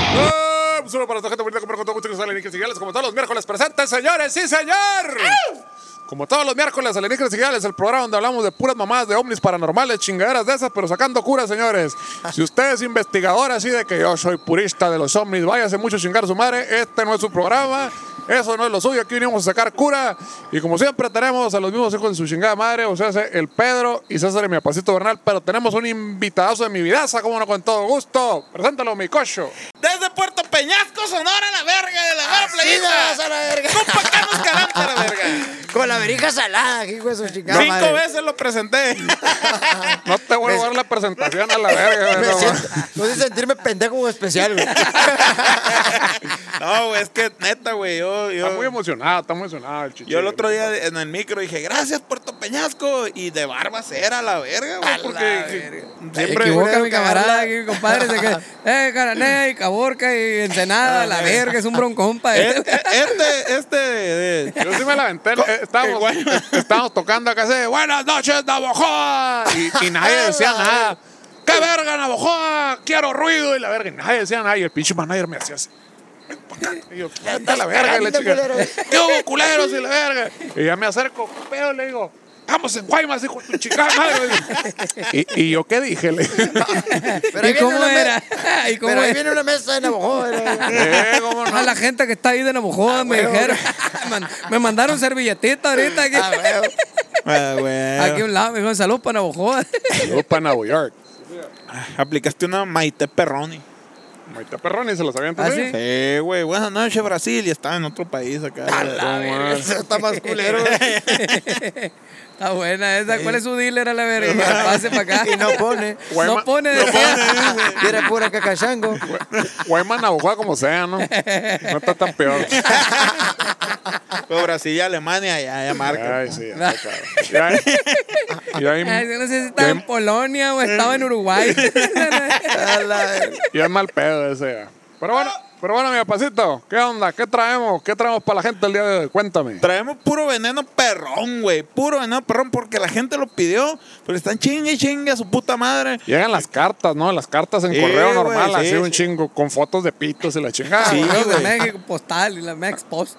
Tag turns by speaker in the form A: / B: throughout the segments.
A: ¡Ah! Solo para esta gente bonita, como no, con todo gusto que nos alienígenas iguales, como todos los miércoles presentes, señores, sí, señor. Como todos los miércoles, alienígenas iguales, el programa donde hablamos de puras mamadas, de ovnis paranormales, chingaderas de esas, pero sacando curas, señores. Si usted es investigador así de que yo soy purista de los ovnis, váyase mucho a chingar a su madre, este no es su programa, eso no es lo suyo, aquí vinimos a sacar cura. Y como siempre tenemos a los mismos hijos de su chingada madre, o sea, el Pedro y César y mi apacito Bernal, pero tenemos un invitadazo de mi vidaza, como no, con todo gusto. Preséntalo, mi cocho.
B: Desde Puerto Peñasco, Sonora, la verga, de la
A: Ah,
B: mera
C: Así
B: playita.
C: nomás a la verga.
B: Compa Carlos Calante, la verga.
C: Con la verija salada, hijo de su chingada
B: Cinco
C: madre.
B: veces lo presenté.
A: No te voy a dar la presentación a la verga.
C: Me
A: no,
C: siento, no sé sentirme pendejo o especial, güey.
B: No, güey, es que neta, güey, yo, yo,
A: Está muy emocionado, está muy emocionado el chichi.
B: yo el otro día en el micro dije, gracias Puerto Peñasco. Y de barba cera, la verga, güey, porque
C: Siempre
B: siempre...
C: equivoca
B: creo
C: mi
B: que
C: camarada
B: habla-
C: aquí, mi compadre. Se queda, eh, Caraná y Caborca y Ensenada, la verga, es un broncón pa'
B: Eh,
C: este.
B: eh, Este, este, de-
A: Yo sí me la aventé.
B: Co-
A: eh, Estábamos,
B: qué guay.
A: estábamos tocando acá así, buenas noches, Navojoa. Y, y nadie decía
C: Ah, eh.
A: nada. ¡Qué verga, Navojoa! ¡Quiero ruido! Y la verga, y nadie decía nada. Y el pinche manager me hacía así. "Ven pa' acá". Y yo, "¿Qué onda la verga? Y la chica, ¿Qué hubo, culeros? Y la verga. Y ya me acerco, "¿Qué pedo, le digo. Vamos en Guaymas, hijo de tu chingada madre. Y, y yo qué dije, le dije.
C: ¿Y cómo era? ¿Y cómo Pero ahí era? viene una mesa de Navajo.
A: Eh, cómo no.
C: A
D: Ah.
C: la gente que está ahí de Navajoa me dijeron. man- me mandaron servilletita ahorita aquí.
D: Ah,
B: Ah, güey.
C: Aquí a un lado me dijeron, salud para Navajoa.
A: Saludos para Nueva York.
B: Aplicaste una maite perroni.
A: Maite Perroni se los habían
C: ¿Ah,
A: entendido.
C: sí?
B: Sí, güey, buenas noches Brasil y estaba en otro país acá.
A: Ah,
C: Está más culero. Está buena esa. ¿Cuál es su dealer a la verga? Que Pase para acá.
D: Y no pone.
C: No
A: Guayma-
C: pone.
D: Quiere pura cacachango.
A: Guaymas, Navajoa, como sea, ¿no? No está tan peor.
B: Fue Brasil y Alemania, ya, ya marca.
A: Ay, sí, ya está claro. Ya- ya
C: Ay,
A: hay-
C: yo no sé si estaba en Polonia o estaba en Uruguay.
A: ya es mal pedo ese. ya. Pero bueno, pero bueno, mi papacito, ¿qué onda? ¿Qué traemos? ¿Qué traemos para la gente el día de hoy? Cuéntame.
B: Traemos puro veneno perrón, güey. Puro veneno perrón porque la gente lo pidió. Pero están chingue y chingue a su puta madre.
A: Llegan las cartas, ¿no? Las cartas en
B: Sí,
A: correo normal,
B: güey, sí,
A: así un
B: sí.
A: chingo, con fotos de pitos y la chingada.
B: Sí,
A: güey.
C: de
B: güey.
C: México Postal y la Mex Post.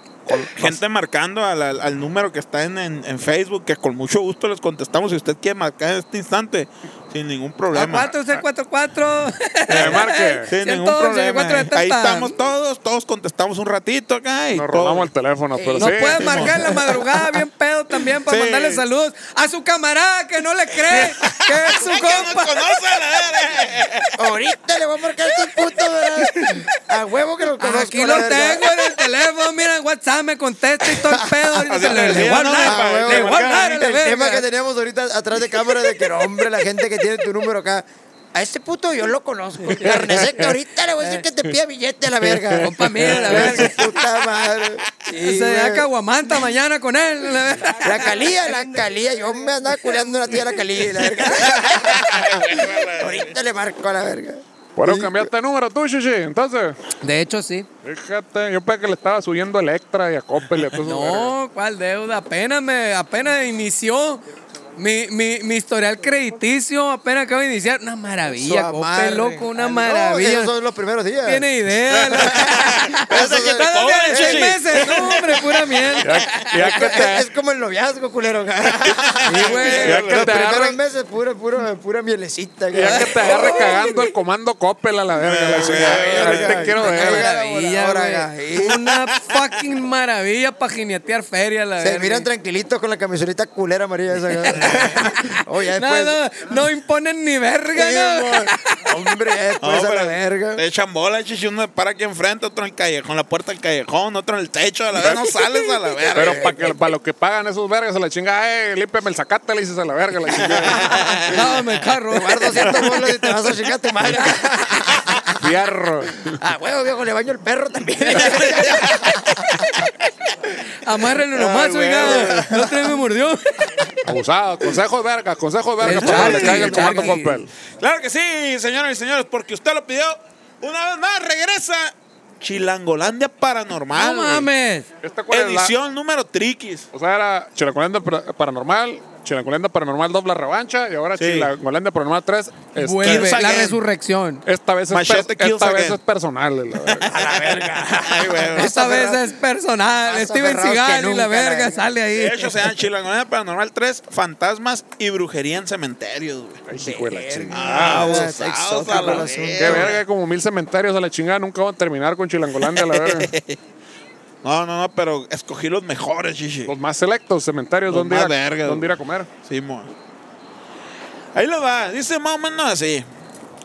B: Gente marcando al, al- al número que está en, en- en Facebook, que con mucho gusto les contestamos. Si usted quiere marcar en este instante, sin ningún
C: Ah,
B: problema.
C: 4344.
A: Que me marque.
B: Sin ningún
C: 111,
B: problema.
C: 470.
B: Ahí estamos todos, todos contestamos un ratito acá. Y
A: Nos
B: todo.
A: robamos el teléfono, pero
C: Eh, Nos
A: sí.
C: pueden
A: sí,
C: marcar en la madrugada, bien pedo también, para
B: Sí.
C: mandarle saludos a su camarada que no le cree, que es su
B: Ay, que nos
C: compa.
B: conoce, la verga.
D: Ahorita le voy a marcar a estos putos, ¿verdad? A huevo que lo conozco.
C: Pues Aquí
D: la
C: lo
D: verga.
C: tengo en el teléfono, mira en WhatsApp, me contesta y todo el pedo. Ahorita
B: Así
C: le,
B: te
C: le
B: decía,
C: voy a
B: ¿no?
D: Ah,
C: hablar,
D: huevo,
C: le voy a
B: marcar.
C: hablar a la
D: El tema que
C: verga.
D: teníamos ahorita atrás de cámara de que, no, hombre, la gente que tiene tu número acá. A este puto yo lo conozco. Carnecé que ahorita le voy a decir que te pida billete a la verga.
C: Compa mío, la verga.
D: Su Puta madre. Sí,
C: Se da
D: güey.
C: caguamanta mañana con él. la verga.
D: La calía, la calía. Yo me andaba culeando una tía la calía. y La verga. Ahorita le marco a la verga.
A: Bueno, cambiaste de número tú, Chichi. Entonces,
C: De hecho, sí.
A: fíjate, yo pensé que le estaba subiendo a Electra y a Coppel y a todo eso.
C: No, ¿cuál deuda? Apenas me, apenas inició mi, mi, mi historial crediticio, apenas acabo de iniciar. Una maravilla,
D: Su
C: compa,
D: amarre.
C: loco, una
D: Ah, no,
C: maravilla.
D: esos son los primeros días.
C: Tiene idea.
D: Eso
C: Desde
D: es-
C: que te
B: cobran,
C: seis
B: chichi.
C: meses, no, hombre, pura
A: Ya,
C: mierda.
A: ya que te,
D: Es como el noviazgo, culero.
C: Sí, güey.
A: ya que
D: Los
A: te
D: primeros
A: agarren-
D: meses, pura, pura, pura mielecita.
A: Ya que te agarre cagando el comando Coppel a la verga. la chingada. Ahí te quiero
C: Una
A: ver.
C: maravilla,
D: Ahora,
C: güey.
D: ahora, ahí.
C: Una fucking maravilla para jinetear feria, la
D: Se
C: verga.
D: miran tranquilitos con la camisolita culera amarilla esa. Oye,
C: No,
D: después.
C: no, no imponen ni verga,
D: Sí,
C: no.
D: mo- Hombre, ya
B: No,
D: después Pues, a la
B: pero
D: verga.
B: Te echan bola, chichi. Uno para aquí enfrente, otro en el callejón, la puerta del callejón, otro en el techo. A la vez no sales a la verga.
A: Pero para lo que pagan esos vergas a la chingada, eh, límpiame el zacate, le dices a la verga la chingada.
C: Lávame el carro.
D: Te guardo 200 bolas y te vas a chingar a tu madre.
A: Fierro.
D: Ah, huevo, viejo, le baño el perro también.
C: Amárrenlo nomás,
B: Ay,
C: oiga. No tres me mordió.
A: Abusado. Consejo de verga, consejo de verga.
C: El
A: para que le
C: Charqui,
A: caiga el
C: el
A: comando
C: Charqui.
A: Coppel.
B: Claro que sí, señoras y señores, porque usted lo pidió. Una vez más, regresa Chilangolandia Paranormal.
D: Ah,
C: No
B: güey.
C: mames.
A: ¿Esta cuál Este es la-
B: Edición número triquis.
A: O sea, era Chilacolenda Par- Paranormal, Chilacolenda Paranormal Dobla Revancha y ahora
B: Sí.
A: Chilacolenda Paranormal 3. este,
C: Vuelve
B: Kills
C: la
B: again.
C: resurrección.
A: esta vez, es,
B: Machete
A: per-
B: kills
A: esta vez
B: again.
A: es personal. la verdad.
B: A la verga. Ay, güey.
C: Esta vez
D: aferrado-
C: es personal.
D: más
C: Steven
D: aferrado que
C: Seagal y
D: nunca,
C: la verga
D: la-
C: sale
B: De
C: ahí.
B: hecho, se llama Chilangolandia Paranormal 3, Fantasmas y Brujería en Cementerios, güey.
A: Ay, hijo de la chingada.
B: Ah,
D: está
B: abusados
D: exótico
B: a la
D: el asunto.
B: verga.
A: Qué verga, hay como mil cementerios a la chingada. Nunca van a terminar con Chilangolandia, la verga.
B: No, no, no, pero escogí los mejores, chichi.
A: Los más selectos cementerios,
B: Los
A: ¿dónde,
B: más
A: ir a,
B: vergas,
A: dónde
B: güey.
A: ir a comer?
B: Sí, mo. Ahí lo va, dice más o menos así.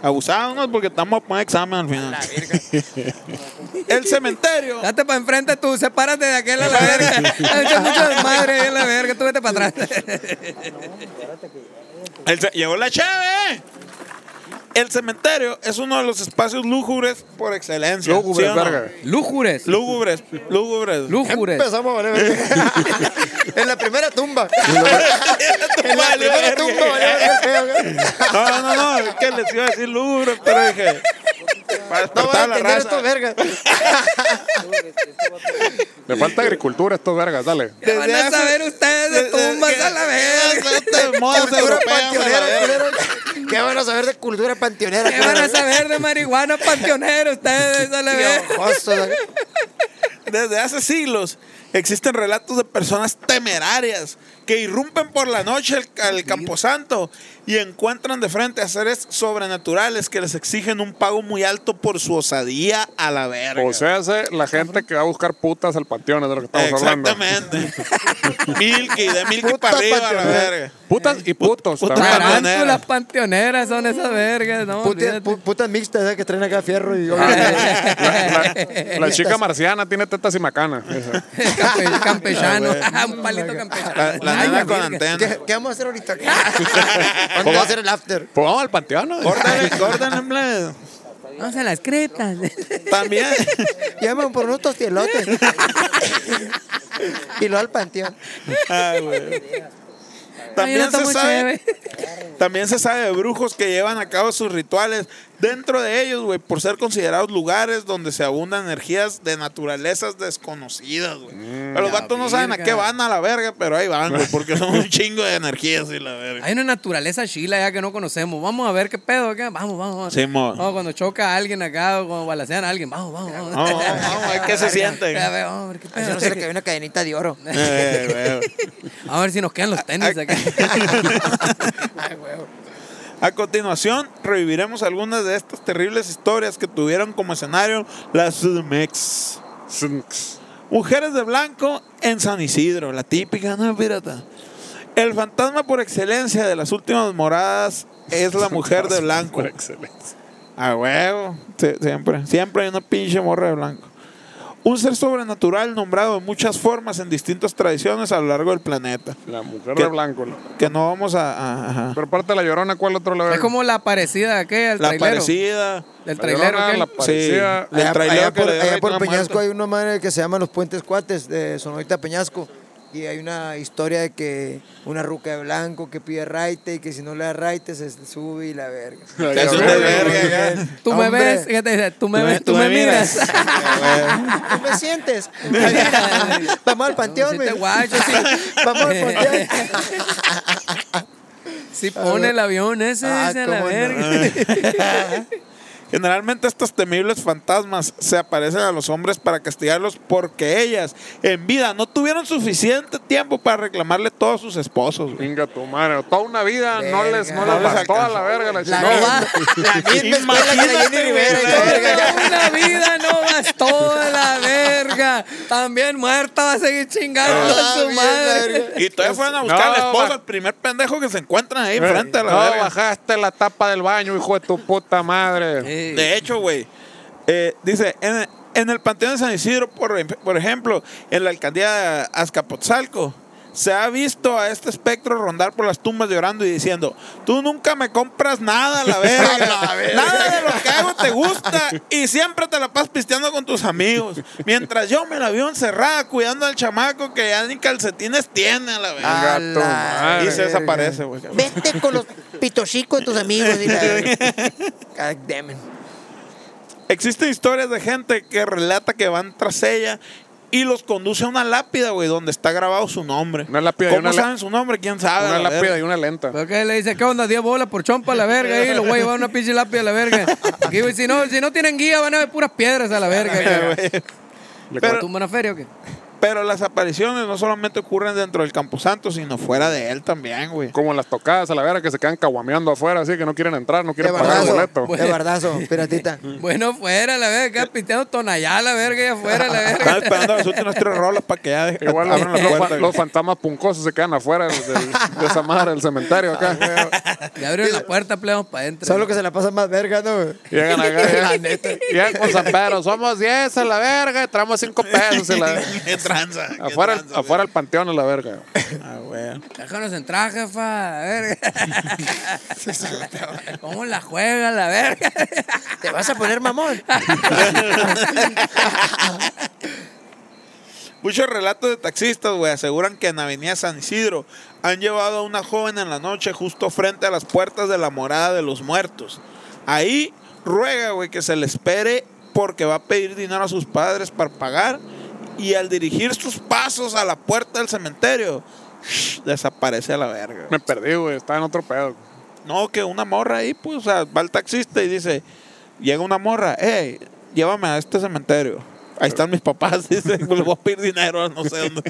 B: Abusábamos porque estamos a poner examen al final. El cementerio.
C: Date para enfrente tú, sepárate de aquel a la verga. Hay mucho desmadre ahí a la verga, tú vete para atrás.
B: El ce- llegó la chave. El cementerio es uno de los espacios lúgubres por excelencia.
A: Lúgubres,
B: ¿sí o no?
A: verga.
C: Lújures.
B: Lúgubres, lúgubres.
C: Lújures.
D: Empezamos a valer verga. En la primera tumba. En la primera tumba valió verga.
B: No, no, no, es que les iba a decir lúgubres, pero dije. Para
D: No van a
B: despertar a la
D: entender
B: raza.
D: esto, verga.
A: Le falta agricultura a estos vergas, dale.
C: Ya van a
B: Desde hace-
C: saber ustedes de tumbas a la verga.
B: verga. Modas
D: Cultura
B: europeas, a la
D: panteonera,
B: verga.
D: culero. ¿Qué van a saber de cultura panteonera?
C: ¿Qué van a saber de marihuana panteonera ustedes a la verga?
D: Qué ojosos, ¿no?
B: Desde hace siglos existen relatos de personas temerarias que irrumpen por la noche al, al camposanto y encuentran de frente a seres sobrenaturales que les exigen un pago muy alto por su osadía a la verga.
A: O sea, hace la gente que va a buscar putas al panteón, es de lo que estamos hablando.
B: Exactamente. Milky, de Milky
D: Puta
B: para arriba a la
D: panteonera.
B: verga.
A: Putas y putos.
B: puta
A: también.
B: madre.
C: Tarántulas panteoneras son esas vergas, ¿no?
D: Putas,
C: olvídate.
D: pu- putas mixtas ¿eh? que traen acá fierro y ¿eh?
A: La, la- la chica marciana tiene tetas y macana. Esa.
B: Pues
C: Campe- Campechano. Un palito
B: La,
C: campechano.
B: la
C: Ay,
B: nena con
C: verga.
B: antena.
D: ¿Qué, qué vamos a hacer ahorita? ¿Cuándo vamos a hacer el after?
A: Pues vamos al panteón, ¿no?
B: Córtale, córtale, hombre.
C: Vamos a las crepas.
B: También.
D: Llaman por unos tostielotes. y luego al panteón.
B: Ay, güey.
C: Ay, no
B: También se
C: tomo
B: sabe
C: cheve.
B: También se sabe de brujos que llevan a cabo sus rituales dentro de ellos, güey, por ser considerados lugares donde se abundan energías de naturalezas desconocidas, güey. Pero los vatos no saben a
C: verga.
B: qué van a la verga, pero ahí van, güey, porque son un chingo de energías y la verga.
C: Hay una naturaleza chila ya que no conocemos. Vamos a ver qué pedo acá. Vamos, vamos. vamos.
B: Sí, mo.
C: Vamos, cuando choca a alguien acá o cuando balacean a alguien. Vamos, vamos, vamos.
B: Vamos, vamos, vamos, a ver qué se siente.
C: A ver, vamos a ver qué
D: Así
C: pedo.
D: no se le cae una cadenita de oro.
B: Eh, güey.
C: A ver si nos quedan los tenis acá.
B: A continuación, reviviremos algunas de estas terribles historias que tuvieron como escenario las Mex. Mujeres de blanco en San Isidro, la típica, ¿no, pirata? El fantasma por excelencia de las últimas moradas es la mujer de blanco.
A: Por excelencia.
B: A huevo. Sí, siempre. Siempre hay una pinche morra de blanco. Un ser sobrenatural nombrado de muchas formas en distintas tradiciones a lo largo del planeta.
A: La mujer
B: ¿Qué?
A: de blanco. ¿no?
B: Que no vamos a. a- ajá.
A: Pero parte de la llorona, ¿cuál otro le
C: Es como la parecida de aquella, el
B: La
C: trailero.
B: parecida.
C: Del
A: La
C: trailero.
A: llorona,
C: aquel.
A: la parecía.
B: Sí. El
D: Allá,
B: trailero
D: allá
B: que
D: por,
B: le dio
D: allá
B: ahorita
D: por
B: una
D: Peñasco
B: muerta.
D: hay una madre que se llama Los Puentes Cuates de Sonorita Peñasco. Y hay una historia de que una ruca de blanco que pide raite y que si no le da raite se sube y la verga. pues,
A: La
B: Es
A: llorona.
B: una verga.
C: Tú me
D: eh, Hombre,
C: ves, fíjate, dice, tú me ves, tú me miras.
D: ¿Tú me sientes? Vamos al panteón,
C: Si te
D: mi-
C: guacho, sí.
D: Vamos al panteón.
C: Si pone el avión ese,
D: Ah,
C: dice, a la
D: cómo no.
C: verga.
B: Generalmente estos temibles fantasmas se aparecen a los hombres para castigarlos porque ellas en vida no tuvieron suficiente tiempo para reclamarle todos sus esposos. güey.
A: Venga tu madre. Toda una vida no
D: Verga.
A: les, no
B: No
A: les
B: les
A: bastó a
B: alcanzó.
A: la verga. La
D: La,
C: No
A: chingada.
C: va.
D: misma, la misma escuela que la Jenny
B: Imagínate,
D: Rivera. y la
B: güey.
D: verga, ya.
C: Una vida no bastó de la verga. También muerta va a seguir chingando a
D: Ah,
C: su
D: bien, la
C: madre.
D: verga.
B: Y todavía fueron a buscar a la
A: No,
B: esposa,
A: va- Eh,
B: al primer pendejo que se encuentran ahí enfrente a la
A: no,
B: verga.
A: bajaste la tapa del baño, hijo de tu puta madre.
C: Sí.
B: De hecho, güey, eh, dice, en, en el Panteón de San Isidro, por, em- por ejemplo, en la alcaldía de Azcapotzalco, se ha visto a este espectro rondar por las tumbas llorando y diciendo, tú nunca me compras nada, la verga. nada de lo que hago te gusta y siempre te la pasas pisteando con tus amigos. Mientras yo me la veo encerrada cuidando al chamaco que ya ni calcetines tiene, a la verga.
D: A
A: gato,
D: la
A: madre.
B: y se
D: verga.
B: desaparece, güey.
D: Vete con los pitochicos de tus amigos. y la verga. God damn it.
B: Existen historias de gente que relata que van tras ella y los conduce a una lápida, güey, donde está grabado su nombre.
A: Una lápida y
B: ¿Cómo
A: una la-
B: saben su nombre? ¿Quién sabe?
A: Una
B: la verga?
A: lápida y una lenta.
C: Pero que le dice, ¿qué onda? 10 bolas por chompa a la verga y lo voy a llevar una pinche lápiz a la verga. Aquí, güey, si no, si no tienen guía van a ver puras piedras a la verga.
A: Le
C: ¿Pero
B: Pero-
C: tumban a feria o qué?
B: Pero las apariciones no solamente ocurren dentro del Camposanto, sino fuera de él también, güey.
A: Como en las tocadas a la verga que se quedan caguameando afuera, así que no quieren entrar, no
D: De
A: quieren pagar el boleto.
D: bardazo,
C: Bueno.
D: de bardazo, piratita.
C: Bueno, fuera la verga, acá pisteando tonallá la verga y afuera la
B: Están
C: verga.
B: esperando las últimas tres rolas para que ya dejen-
A: Igual los,
B: abran la
A: los
B: puerta,
A: fa-
B: güey.
A: los fantasmas puncosos se quedan afuera del- del- de esa madre del cementerio
D: Ah,
A: acá.
C: Le abrieron la puerta, pleamos para adentro.
D: Solo que se la pasa más verga, ¿no?
A: Llegan acá. Llegan, llegan con pues, San Pedro. Somos 10 a la verga. y Traemos 5 pesos. y la-
B: Qué tranza, qué
A: afuera
B: tranza, güey.
A: afuera el panteón a la verga.
B: Ah, güey.
C: Déjanos entrar, jefa. A ver. ¿Cómo la juega la verga?
D: Te vas a poner mamón.
B: Muchos relatos de taxistas, güey, aseguran que en Avenida San Isidro han llevado a una joven en la noche justo frente a las puertas de la morada de los muertos. Ahí ruega, güey, que se le espere porque va a pedir dinero a sus padres para pagar y al dirigir sus pasos a la puerta del cementerio, desaparece a la verga.
A: Me perdí, güey. Estaba en otro pedo.
B: No, que una morra ahí, pues, o sea, va el taxista y dice, llega una morra, hey, llévame a este cementerio. Ahí están mis papás, dice, le voy a pedir dinero, no sé dónde.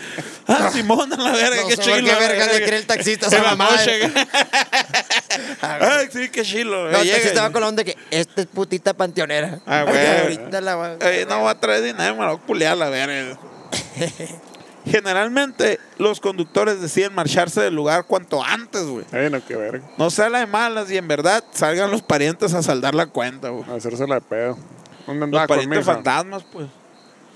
B: Ah, Simón, a la verga,
D: No
B: qué
D: sé
B: chilo.
D: por qué
B: la
D: verga le cree el taxista a
B: Se
D: esa
B: mamó,
D: mamada.
B: llega. Ay, sí, qué chilo.
D: No,
B: eh,
D: el
B: llega
D: taxista
B: y-
D: va con la onda que esta es putita panteonera.
B: Ah,
D: Porque
B: güey.
D: ahorita la va-
B: Eh, no va a traer dinero, me lo voy a culear la verga. Generalmente, los conductores deciden marcharse del lugar cuanto antes, güey.
A: Ay, no, qué verga.
B: No sea la de malas y en verdad salgan los parientes a saldar la cuenta, güey.
A: Hacerse la de pedo. ¿Dónde
B: Los
A: andaba
B: parientes
A: conmigo?
B: fantasmas, pues.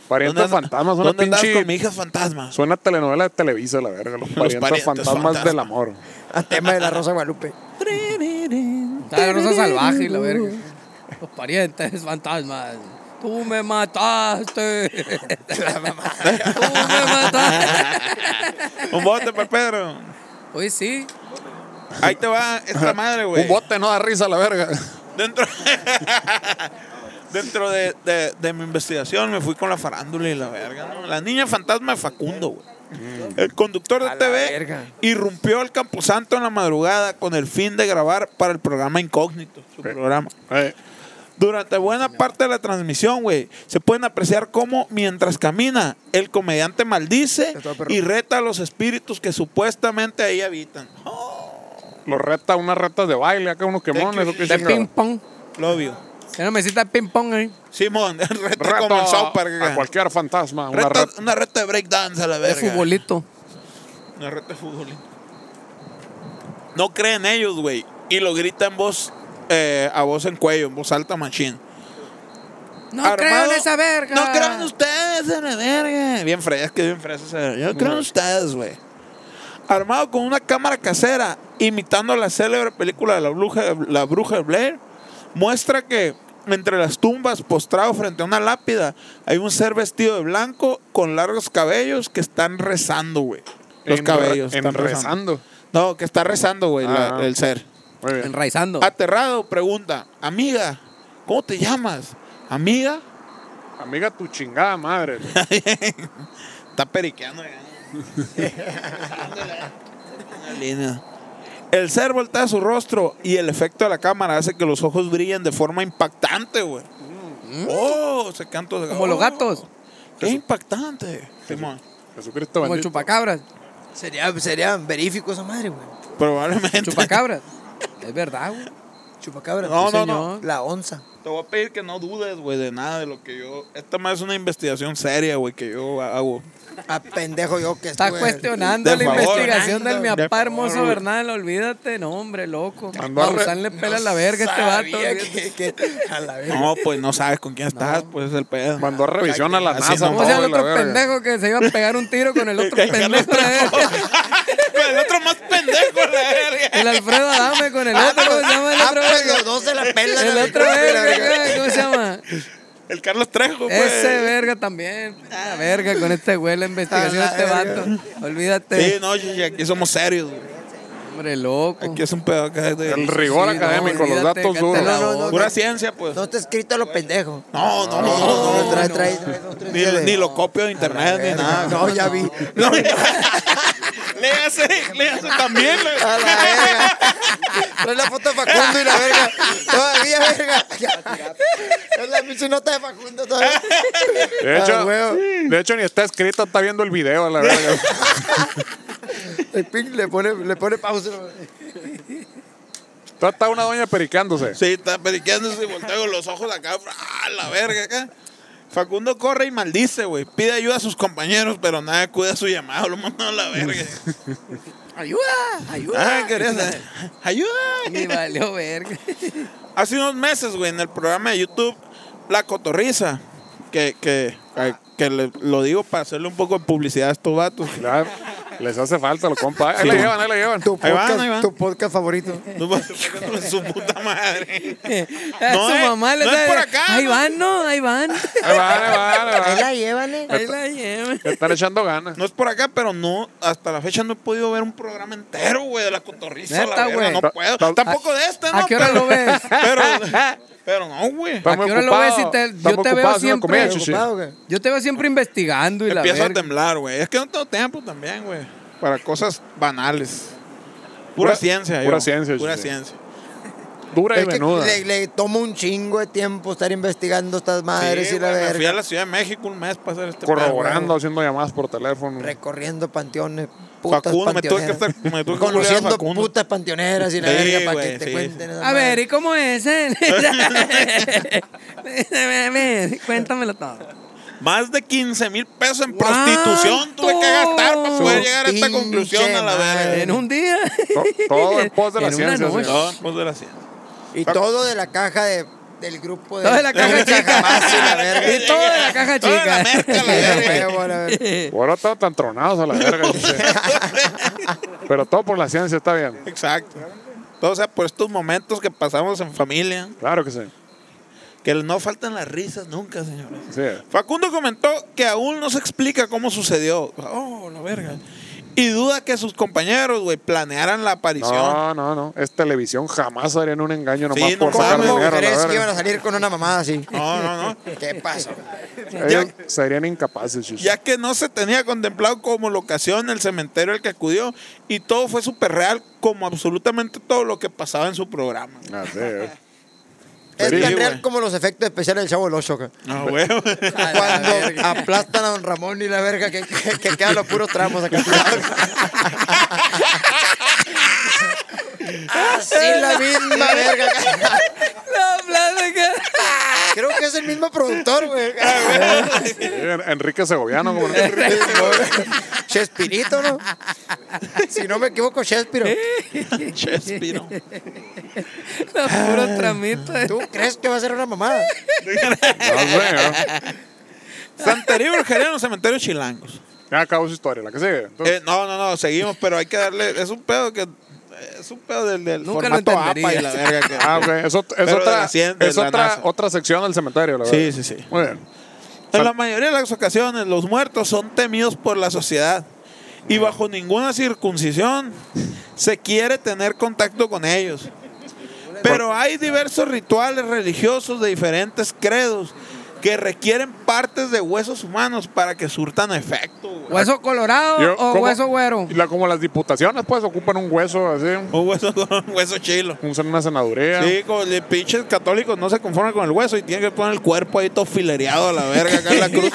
A: Parientes
B: anda-
A: fantasmas. Una
B: ¿Dónde andabas
A: pinche...
B: con mi hija fantasma?
A: Suena a telenovela de Televisa, la verga. Los parientes,
B: parientes
A: fantasmas
B: fantasmas.
A: del amor.
D: A tema de la Rosa de Guadalupe.
C: Está la rosa salvaje y la verga. Los parientes fantasmas. Tú me mataste. Tú me mataste.
B: Un bote para Pedro.
C: Oye, sí.
B: Ahí te va esta madre, güey.
A: Un bote no da risa, la verga.
B: Dentro, dentro de, de- de mi investigación me fui con la farándula y la verga. ¿no? La niña fantasma de Facundo, güey. El conductor de
D: A la verga.
B: TV irrumpió al Camposanto en la madrugada con el fin de grabar para el programa Incógnito, su programa.
A: Eh,
B: Durante buena parte de la transmisión, güey, se pueden apreciar cómo mientras camina, el comediante maldice
D: Está perro.
B: y reta a los espíritus que supuestamente ahí habitan. Oh,
A: Lo reta, unas retas de baile, acá unos quemones.
B: you.
A: o qué
C: De
A: chingada.
C: ping pong.
B: Lo vio.
C: Tiene una mesita de ping pong ahí.
B: Simón, el reto,
A: Reto
B: como en South Park,
A: a
B: acá.
A: cualquier fantasma. Una
B: Reto-
A: reta.
B: una reta de breakdance a la
C: De
B: verga.
C: futbolito.
B: Una reta de fútbol. No creen ellos, güey. Y lo grita en voz, eh, a voz en cuello, en voz alta, machín.
C: No
B: Armado-
C: creo en esa verga.
B: No creo en ustedes, en la verga. Bien fresco, es que bien fresco. ese- Yo no creo en ustedes, güey. Armado con una cámara casera, imitando la célebre película de la bruja, la bruja de Blair, muestra que entre las tumbas, postrado frente a una lápida, hay un ser vestido de blanco con largos cabellos que están rezando, güey. Los
A: En-
B: cabellos.
A: en
B: están
A: rezando.
B: No, que está rezando, güey, la-
A: Ah.
B: el ser.
A: Muy bien.
C: Enraizando.
B: Ah, Aterrado, pregunta, amiga, ¿cómo te llamas? Amiga,
A: Amiga, tu chingada madre.
B: Está periqueando. ya. Una línea. El ser voltea su rostro y el efecto de la cámara hace que los ojos brillen de forma impactante, güey. ¡Oh! Se quedan todos-
C: Como los
B: ¡Oh!
C: gatos.
B: ¡Qué impactante! Simón.
A: Jesucristo
C: Como el
A: bendito.
C: chupacabras.
D: Sería, sería verífico esa madre, güey.
B: Probablemente.
C: Chupacabras. Es verdad, güey.
D: Chupacabra.
B: No,
D: Sí,
B: no,
D: señor.
C: no.
D: La onza.
B: Te voy a pedir que no dudes, güey, de nada de lo que yo. Esta más es una investigación seria, güey, que yo hago.
D: A pendejo yo que
C: Está
D: estuve-
C: cuestionando
B: de
C: la
B: favor.
C: investigación del mi
B: De
C: apá
B: favor,
C: hermoso
B: güey.
C: Bernal, olvídate, no hombre, loco.
A: Mandó a re-
C: Maussan le pela la verga a este vato.
D: Sabía
C: olvídate.
D: que, que- a la verga.
B: No, pues no sabes con quién estás, pues es el pedo.
A: Mandó a revisión a la
B: Así
A: NASA.
B: no.
C: ¿Cómo
A: todo,
C: se llama
A: la
C: el otro
A: verga.
C: pendejo que se iba a pegar un tiro con el otro
B: Que- que-
C: pendejo? la verga? El Alfredo Adame con el otro, ¿cómo se llama el
D: Ah,
C: otro?
D: pues los dos se la pelan.
C: El
D: a la
C: otro
D: verga, la verga.
C: verga, ¿cómo se llama?
B: El Carlos Trejo, pues.
C: Ese verga también. La verga con este güey, la investigación de
D: Ah, la
C: este
D: verga.
C: vato.
B: Sí,
C: Olvídate.
B: no, Gigi, aquí somos serios, güey.
C: Hombre, loco.
B: Aquí es un pedo acá de...
A: El rigor
C: Sí, no,
A: académico, los
C: olvídate,
A: datos
C: cántalo.
A: duros.
D: No, no, no.
B: Pura ciencia, pues.
D: No está escrito a lo pendejo.
B: No, no, no.
D: No, no,
B: no,
D: no, trae,
C: no.
D: trae, trae dos, tres
B: Ni,
D: días de- Ah,
B: ni lo copio de internet ni nada.
D: No, ya vi.
B: No, léase, léase también. le-
D: A la verga. Trae la foto de Facundo y la verga. Todavía, verga. Es la pinche nota de Facundo todavía.
A: De
D: Ah,
A: hecho,
D: huevo.
A: de hecho, ni está escrito, está viendo el video, la verdad.
D: El pin le pone, le pone pausa.
A: está, está una doña pericándose.
B: Sí, está periqueándose y volteo los ojos acá. ¡Ah, la verga acá! Facundo corre y maldice, güey. Pide ayuda a sus compañeros, pero nada cuida su llamado. Lo mandan a la verga.
C: Ayuda, ayuda.
B: Ah, querías.
D: eh.
C: Ni
B: ¡Ayuda!
C: valió verga.
B: Hace unos meses, güey, en el programa de YouTube, La Cotorriza, que, que, que le- lo digo para hacerle un poco de publicidad a estos vatos.
A: Ya, les hace falta, lo compa. Ahí la llevan, ahí la llevan.
D: Tu
B: Ahí van,
D: podcast,
B: ahí van.
D: tu podcast favorito.
B: pues, su puta madre. No,
C: No, Su
B: eh,
C: mamá le
B: no es
C: da-
B: por acá,
C: Ahí
B: no.
C: van, no, ahí van.
A: Ahí van, ahí van, ahí van.
D: Ahí la llevan, eh.
C: Ahí la llevan.
A: Le Están echando ganas.
B: No es por acá, pero no, hasta la fecha no he podido ver un programa entero, güey, de la cotorriza.
C: Neta,
B: La verga,
C: güey.
B: no
A: Ta-
B: puedo.
A: ta-
B: Tampoco de este, ¿no?
C: ¿A qué hora
B: Pero-
C: lo ves?
B: Pero, pero no, güey.
C: ¿A qué hora lo ves si te- yo te veo siempre
D: Ocupado, güey.
C: Yo te veo siempre investigando y la
B: Empiezo a
C: verga.
B: temblar, güey. Es que no tengo tiempo también, güey. Para cosas banales. Pura,
A: Pura-
B: ciencia,
A: pura
B: yo.
A: ciencia,
B: Pura
A: sí.
B: ciencia.
A: Dura y
D: Es que
A: menuda.
D: le, le toma un chingo de tiempo estar investigando estas madres
B: Sí,
D: y la
B: güey, me fui a
D: verga.
B: la Ciudad de México un mes para hacer este
A: Corroborando, haciendo llamadas por teléfono.
D: Recorriendo panteones. Putas
B: Facundo, me tuve que
D: panteoneras.
B: estar- me tuve que culiar a
D: Conociendo
B: Facundo.
D: putas panteoneras y la
B: Sí,
D: verga para
B: güey,
D: que te
B: sí.
D: cuenten. esa
C: A
D: madre.
C: ver, ¿y cómo es? eh? A ver, Cuéntamelo todo.
B: Más de 15 mil pesos en prostitución tuve que gastar para
C: ¡Guau!
B: poder llegar a esta
D: Pinche
B: conclusión a la verga.
D: madre.
C: En un día.
A: To- todo en pos de la
C: En una
A: ciencia,
C: noche.
A: señor.
B: No, pues de la ciencia.
D: Y todo de la caja de, del grupo de.
C: Todo de la caja
D: Cajamás y la
C: chica.
D: verga.
C: Y todo de la caja
B: Toda la
C: chica.
B: mezcla, la
D: A
B: verga.
D: huevo, la verga.
A: Ahora están tan tronados a la verga. dice. Pero todo por la ciencia está bien.
B: Exacto. Todo sea por estos momentos que pasamos en familia,
A: Claro que sí.
B: que no faltan las risas nunca, señores.
A: Sí.
B: Facundo comentó que aún no se explica cómo sucedió. Oh, la verga. Y duda que sus compañeros, güey, planearan la aparición.
A: No, no, no. Es televisión. Jamás harían un engaño
B: Sí,
A: nomás
B: no
A: por
B: mames.
A: sacar
D: ¿Cómo
A: dinero. a la
D: crees que
A: verga.
D: iban a salir con una mamada así?
B: No, no, no.
D: ¿Qué pasó?
A: Ellos serían incapaces. Chucho.
B: Ya que no se tenía contemplado como locación el cementerio al que acudió y todo fue súper real como absolutamente todo lo que pasaba en su programa.
A: Así es.
D: Es
B: Sí,
D: tan
B: güey.
D: real como los efectos especiales del Chavo del Ocho. güey.
B: No, güey.
C: A la
D: Cuando
C: verga.
D: aplastan a Don Ramón y la verga que, que, que quedan los puros tramos acá. Así la misma verga.
C: La plática.
D: Creo que es el mismo productor, güey.
A: Sí, en- Enrique Segoviano. como no.
D: Chespirito, ¿no? Si no me equivoco, Chespiro.
B: Chespiro.
C: Los puros tramitos.
D: ¿Tú crees que va a ser una mamada?
A: No, señor.
B: Santería y brujería en los cementerios chilangos.
A: Ya acabó su historia. La que sigue. Entonces,
B: Eh, no, no, no, seguimos, pero hay que darle. Es un pedo que. Es un pedo del, del
C: Nunca lo
B: formato APA
C: entendería.
B: y la verga que.
A: ah, ok. Es, ot- es
B: Eh, Pero de
A: otra,
B: la cien- de
A: es
B: la
A: otra,
B: NASA.
A: otra sección del cementerio. La
B: Sí,
A: verdad.
B: sí, sí.
A: Muy bien.
B: En la mayoría de las ocasiones, los muertos son temidos por la sociedad y bajo ninguna circuncisión se quiere tener contacto con ellos. Pero hay diversos rituales religiosos de diferentes credos que requieren partes de huesos humanos para que surtan efecto. güey.
C: ¿Hueso colorado
A: Yo,
C: o
A: como-
C: hueso güero?
A: y la- como las diputaciones, pues, ocupan un hueso así.
B: Un hueso, un hueso chilo.
A: un- Una senaduría.
B: Sí, como los pinches católicos no se conforman con el hueso y tienen que poner el cuerpo ahí todo filereado a la verga acá en la cruz.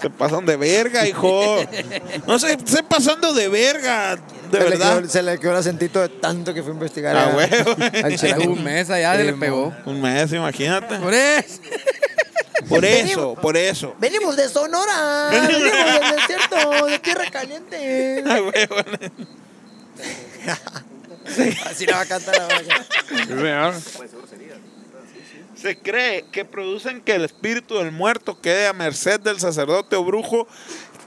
B: se pasan de verga, hijo. No se se pasando de verga, de
D: se Le
B: verdad.
D: quedó, se le quedó el acentito de tanto que fue a investigar.
B: Ah,
D: a-
B: huevo.
D: Al
C: Era
D: Chilaquil.
C: un mes allá
D: Sí,
C: le
D: mo.
C: pegó.
B: Un mes, imagínate.
C: Por eso.
B: Por eso, por eso.
D: Venimos de Sonora, venimos del desierto, de tierra caliente.
B: Ah, huevo.
D: Así la va a cantar la vaca.
A: Sí, señor.
B: Se cree que producen que el espíritu del muerto quede a merced del sacerdote o brujo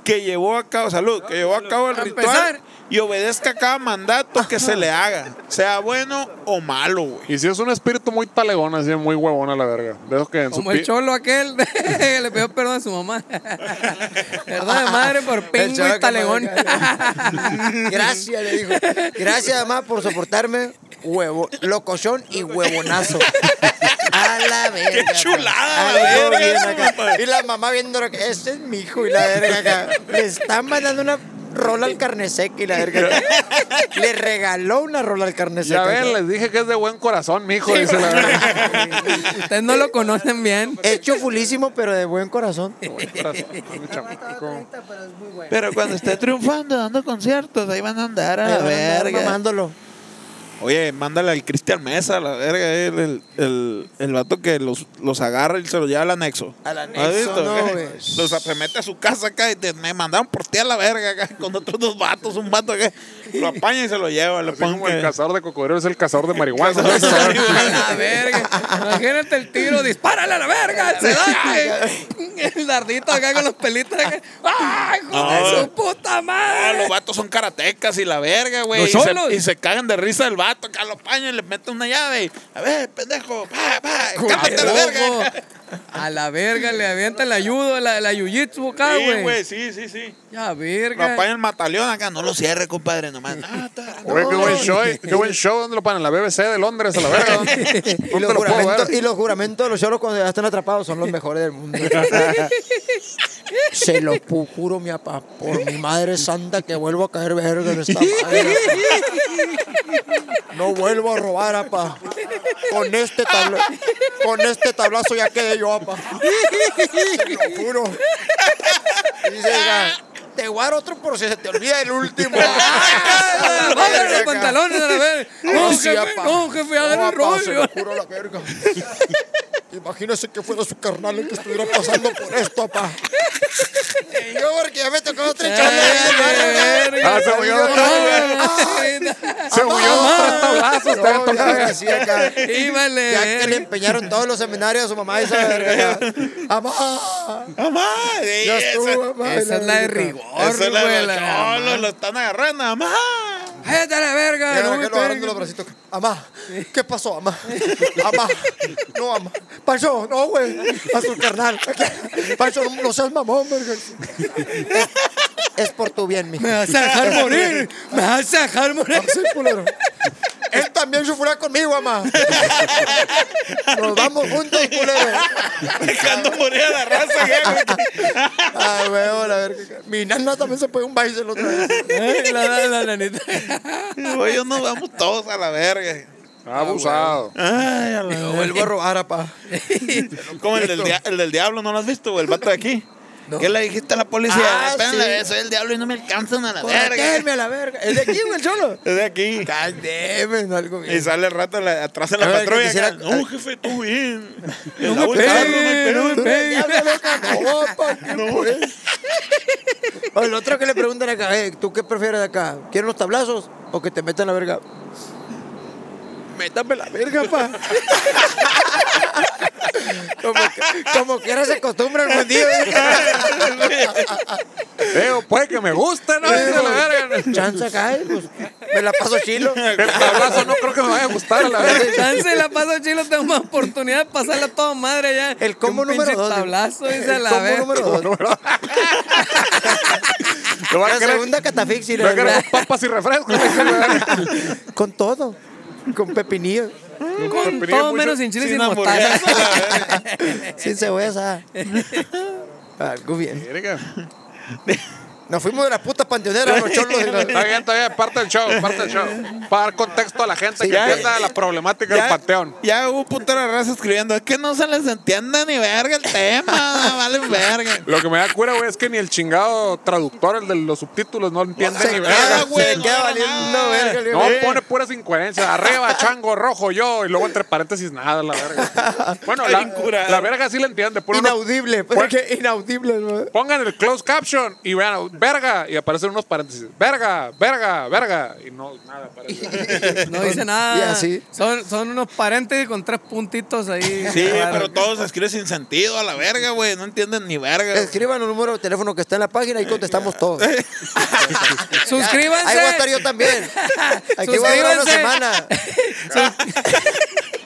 B: que llevó a cabo, salud, que llevó a cabo el
C: Para
B: ritual
C: empezar.
B: y obedezca cada mandato que se le haga, sea bueno o malo, güey.
A: Y si es un espíritu muy talegón, así muy huevón a la verga. De esos que en su
C: Como el
A: pi-
C: cholo aquel que le pidió perdón a su mamá. Perdón de madre por
D: El
C: pingo
D: cholo
C: y
D: que
C: talegón.
D: me- Gracias, le dijo. Gracias, mamá, por soportarme. Huevo, locochón y huevonazo. A la verga.
B: ¡Qué chulada,
D: Ay,
B: la
D: todo
B: verga,
D: bien
B: esa
D: acá.
B: mamá!
D: Y la mamá viendo lo que. Este es mi hijo y la verga acá. Le están mandando una rola al carne seca y la verga acá. Le regaló una rola al carne
A: Ya
D: seca.
A: ven, les dije que es de buen corazón, mijo, dice la verga.
C: Ustedes no lo conocen bien.
D: Hecho fulísimo, pero de buen corazón.
B: Pero cuando esté triunfando, dando conciertos, ahí van a andar a la verga.
D: Mamándolo.
B: Oye, mándale al Cristian Mesa, a la verga, él, el, el, el vato que los, los agarra y se los lleva al anexo.
D: Al
B: ¿Has
D: anexo,
B: visto?
D: no, güey.
B: Los apemete a su casa acá y te, me mandaron por ti a la verga acá con otros dos vatos, un vato acá. Lo apaña y se lo lleva, lo
A: Así como
B: pone
A: el cazador de cocodrilos es el cazador de marihuana.
C: A la verga. Imagínate el tiro, dispárale a la verga. Se da eh. el dardito acá con los pelitos. acá. ¡Ay, hijo de
B: No.
C: su puta
B: Ah, los
C: madre!
B: vatos son karatecas y la verga, güey.
C: Los
B: Y se,
C: cholos.
B: y se cagan de risa del vato, acá lo apaña y le mete una llave. y, A ver, pendejo, pa, pa, escápate a la
C: Ojo.
B: verga.
C: A la verga le avienta el ayudo, la, la yujitsu acá,
B: Sí,
C: Ah, güey. Ah.
B: güey, sí, sí, sí.
C: Ya,
B: Lo apaña
C: verga.
B: el mataleón acá, no lo cierre, compadre, nomás. No, está- no.
A: Oye, qué buen show, eh. qué buen show. ¿Dónde lo ponen? La BBC de Londres, a la verga. ¿Dónde, dónde
D: Y
A: lo
D: los,
A: puedo ver?
D: juramentos, y los juramentos de los cholos cuando ya están atrapados son los mejores del mundo. Se lo pu- juro, mi papá, por mi madre santa que vuelvo a caer verga en esta madre. No vuelvo a robar, apa. Con este, tabla- con este tablazo ya quedé yo, apa. Se lo juro. Y dice, "Ya, te voy a dar otro por si se te olvida el último.
C: Ah, bájale los pantalones a la verga. No,
D: Ay, sí,
C: jefe,
D: apa.
C: no, jefe, hagan
D: No,
C: un
D: apa, se
C: rollo.
D: lo juro a la verga. Imagínese que fuera su carnal el que estuviera pasando por esto, papá. Eh, Y yo, porque ya me tocó otra charla.
C: Eh,
A: Ah, se huyó de
C: Ah,
A: Se huyó dos,
D: Ah,
A: tres tablazos. te había tocado.
C: Y vale.
D: Ya que le
C: verga.
D: empeñaron todos los seminarios a su mamá esa verga. Mamá.
B: Mamá, sí,
D: Ya
B: esa-
D: estuvo, mamá.
C: Esa es la de rigor,
B: esa es la de
C: güey.
B: los
C: la-
B: cholos, lo están agarrando, ah, mamá.
C: ¡Cállate a la verga!
D: Ya
C: no
D: que
C: me
D: lo agarran de
C: pegues.
D: los bracitos. Amá, ¿qué pasó, amá? Amá, no, amá. Pancho, no, güey. A su carnal. Pancho, no, no seas mamón, verga. Es- Es por tu bien, mijo.
C: ¡Me vas a dejar morir! ¡Me vas a dejar morir!
D: Sí, culero. Él también sufrirá conmigo, amá. Nos vamos juntos, culero.
B: Dejando morir a la raza, güey.
D: Ay, güey, la verga. Mi nana también se puede un baile la otra vez.
C: Eh, La, la, la, la neta.
B: Güey, nos vamos todos a la verga.
A: Abusado.
B: Ay, a la
D: Lo
B: verga.
D: vuelvo a robar, apá.
B: Como el del, dia- el del diablo, ¿no lo has visto, güey? El vato de aquí. ¿Qué le dijiste a la policía?
D: Ah,
B: Espérenle,
D: sí.
B: soy el diablo y no me alcanzan a la verga.
D: Correterme a la verga. ¿Es de aquí, güey, el cholo?
B: Es de aquí.
D: Cállate, algo bien.
B: Y sale el rato la- atrás de
D: A
B: la
D: ver, que
B: patrulla.
D: quisiera-
B: acá, No, jefe, tú bien. El
C: me
B: agua del carro, No
C: pegues,
B: hay
C: no me
B: pedo.
C: pegues.
D: Ya habla loca, no, pa, ¿qué fue? O el otro que le preguntan acá, eh, ¿tú qué prefieres acá? ¿Quieres los tablazos o que te metan la verga? Métame la verga, pa. como, que- como quiera se acostumbra el bandido.
A: Digo, puede que me guste, ¿no? Dice la verga.
D: Chanza acá, eh, pues, me la paso chilo.
A: El tablazo no creo que me vaya a gustar, a la verga.
C: Chance la paso chilo, tengo más oportunidad de pasarla toda madre ya.
D: El combo
C: Que un
D: número
C: pinche
D: dos. digo.
C: tablazo, dice a
D: el
C: la
D: combo
C: verga.
D: número dos.
A: Lo va a
D: La
A: querer
D: segunda catafixia.
A: lo va a querer con papas y refrescos. dice la verga.
D: Con todo. Con pepinillo.
C: Con
A: Pero
C: todo
A: mucho-
C: menos sin chile,
B: sin
C: sin
B: hamburguesa,
C: mostaza.
D: Sin cebolla. ah. Algo bien.
A: Verga.
D: Nos fuimos de la puta panteonera, los cholos. y la-
A: Está bien, está bien, parte del show, parte del show. Para dar contexto a la gente
D: Sí,
A: que
D: ya.
A: entienda la problemática del panteón.
B: ya hubo un putero de raza escribiendo. Es que no se les entiende ni verga el tema. vale verga.
A: Lo que me da cura, güey, es que ni el chingado traductor, el de los subtítulos, no entiende
D: Se
A: ni
D: queda,
A: verga.
D: güey,
B: no
D: queda
B: era
D: valiendo
B: nada.
D: verga. el
A: No,
D: güey.
A: pone puras incoherencias. Arriba, chango, rojo, yo. Y luego entre paréntesis, nada, la verga. Bueno, la,
B: Bien curado.
A: la verga sí la entiende. pone uno-
D: Inaudible, pero
A: Pon-
D: que inaudible. ¿no?
A: pongan el closed caption y vean, verga, y aparecen unos paréntesis, verga, verga, verga, y no, nada aparece.
C: No dice nada.
D: Y así.
C: Son, son unos paréntesis con tres puntitos ahí.
B: Sí,
C: Claro.
B: pero todo se escribe sin sentido a la verga, güey. No entienden ni verga.
D: Escriban el número de teléfono que está en la página
C: Eh,
D: y contestamos todos.
C: Suscríbanse.
D: Ahí voy a estar yo también. Aquí voy a durar una
C: Suscríbanse.
D: semana.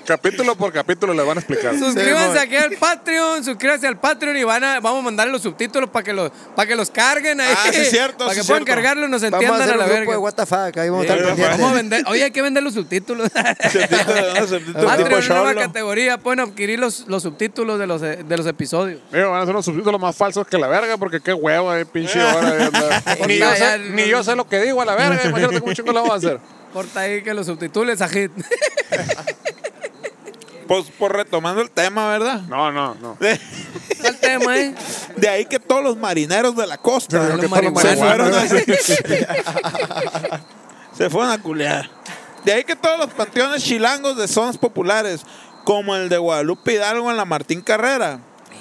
A: capítulo por capítulo le van a explicar.
C: Suscríbanse
D: Sí,
C: aquí al Patreon, suscríbanse al Patreon y van a, vamos a mandarle los subtítulos para que los, para que los carguen ahí.
B: Ah, sí, cierto,
C: Para
B: sí,
C: que puedan
B: cierto.
C: cargarlos y nos
D: Vamos a
C: entiendan a,
D: hacer
C: la
D: un grupo de
C: verga.
D: WTF. Ahí vamos a estar
B: Sí,
D: pendientes.
C: Vamos a vender. Oye, hay que vender los subtítulos.
B: Sentito- sentito
C: Patreon
B: tipo
C: es una nueva
B: cholo.
C: categoría. Pueden adquirir los, los subtítulos de los, eh, de los episodios.
A: Digo, van a ser unos subtítulos más falsos que la verga, porque qué huevo, eh, pinche hora de andar. Pues ni, yo sé, ni yo sé lo que digo a la verga, imagínate cómo chingo lo vamos a hacer.
C: Corta ahí que los subtítulos a hit.
B: Pues por retomando el tema, ¿verdad?
A: No, no, no.
B: De,
C: ¿Cuál tema, eh?
B: de ahí que todos los marineros de la costa
C: Los
D: que todos los
B: se fueron a,
C: marihuanos.
B: se fueron a culear. De ahí que todos los panteones chilangos de zonas populares, como el de Guadalupe Hidalgo en la Martín Carrera,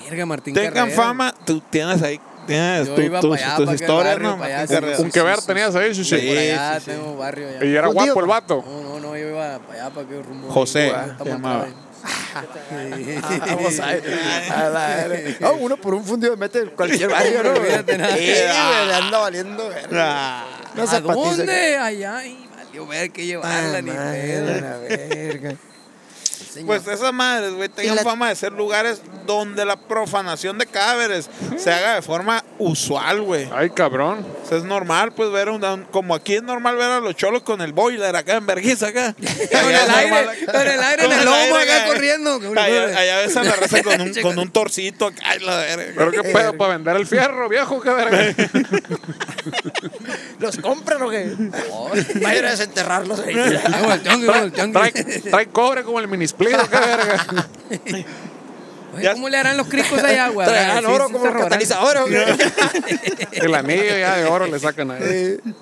C: Verga, Martín
B: tengan
C: Carrera.
B: fama. Tú tienes ahí tienes
C: Yo
B: tu-
C: iba
B: tus-
C: pa'
B: tus
C: allá, pa' aquel
B: historias,
C: barrio,
B: ¿no?
C: pa' allá,
B: Martín
C: sí,
B: Carrera.
C: sí,
A: Un que ver tenías ahí,
C: Por
A: chichi.
C: allá
B: Sí, sí, sí.
C: tengo barrio allá.
A: Y era
D: Un
A: guapo
D: tío-
A: el vato.
C: No, no, no, yo iba para allá, para qué rumbo.
B: José,
C: Iba,
B: se
C: estamos
B: llamaba.
C: atrás.
D: Ah, Vamos a a la verga. Ah, uno por un fundido de mete en cualquier barrio, ¿no? güey? Sí,
C: Olvídate nada.
D: güey, le anda valiendo. verga.
B: Ah,
D: Una
C: ¿A
D: zapatiza.
C: dónde? Allá, y valió ver que llevarla,
D: Ah,
C: ni
D: madre,
C: pedo.
D: la verga.
B: Pues esas madres, güey, tengan
D: Y la-
B: fama de ser lugares donde la profanación de cadáveres se haga de forma usual, güey.
A: Ay, cabrón.
B: O sea, es normal, pues, ver a un... Como aquí es normal ver a los cholos con el boiler acá en Berguisa, acá.
C: Con
B: Allá
C: el
B: es normal
C: aire,
B: acá.
C: con el aire en
B: Con
C: el lomo
B: aire
C: acá
B: acá.
C: corriendo.
B: Allá, allá ves a la raza con un, con un torcito acá. ay, la verga.
A: Pero qué
C: Eh,
A: pedo, para vender el fierro, viejo, qué verga.
D: ¿Los compran o qué? Vayan a desenterrarlos ahí.
C: Luego el tianguis, luego el
A: Trae,
C: tianguis.
A: trae cobre como el minisplido, qué verga.
C: Oye,
B: ya-
C: ¿Cómo le harán los cricos allá, güey?
D: Traerán
C: Sí,
D: oro
C: sí
D: como
C: se
D: los
C: robarán.
D: catalizadores. ¿o qué?
A: El anillo ya de oro le sacan a él.
D: Eh,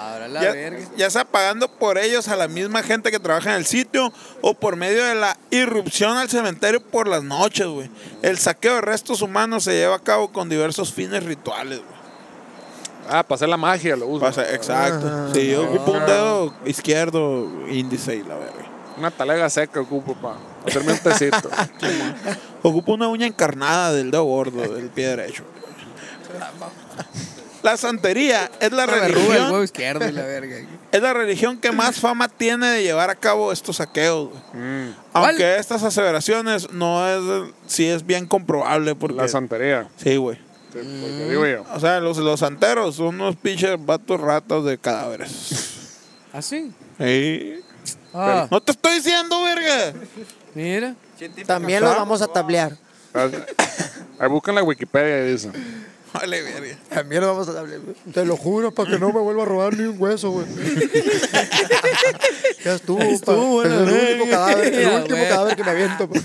C: Ahora la
B: Ya,
C: verga.
B: ya sea pagando por ellos a la misma gente que trabaja en el sitio o por medio de la irrupción al cementerio por las noches, güey. El saqueo de restos humanos se lleva a cabo con diversos fines rituales, güey.
A: Ah, para hacer la magia lo
C: Pues,
A: uso.
B: Pasa- exacto. sí, yo ocupo un dedo izquierdo, índice y la verga.
A: Una talega seca ocupo para hacerme un tecito.
B: Ocupo una uña encarnada del dedo gordo, del pie derecho. La santería es la
C: La verruga, el huevo
B: religión,
C: izquierdo y la verga.
B: es la religión que más fama tiene de llevar a cabo estos saqueos. güey.
C: ¿Cuál?
B: Aunque estas aseveraciones no es si es bien comprobable porque
A: La santería.
B: sí, güey.
A: Sí, Porque
C: Mm.
A: digo yo.
B: O sea, los, los santeros son unos pinches vatos ratas de cadáveres.
D: Ah,
C: ¿Así?
B: Sí.
C: Ah,
B: No te estoy diciendo, verga.
C: mira.
D: También los vamos a tablear.
A: ah, Ahí buscan la Wikipedia y dicen.
B: Vale, verga.
D: También los vamos a tablear. Te lo juro, para que no me vuelva a robar ni un hueso, güey. ya estuvo,
C: estuvo,
D: pa.
C: la
D: Es el último
C: verga.
D: cadáver, el
C: Ya,
D: último
C: güey.
D: cadáver que me aviento, pa.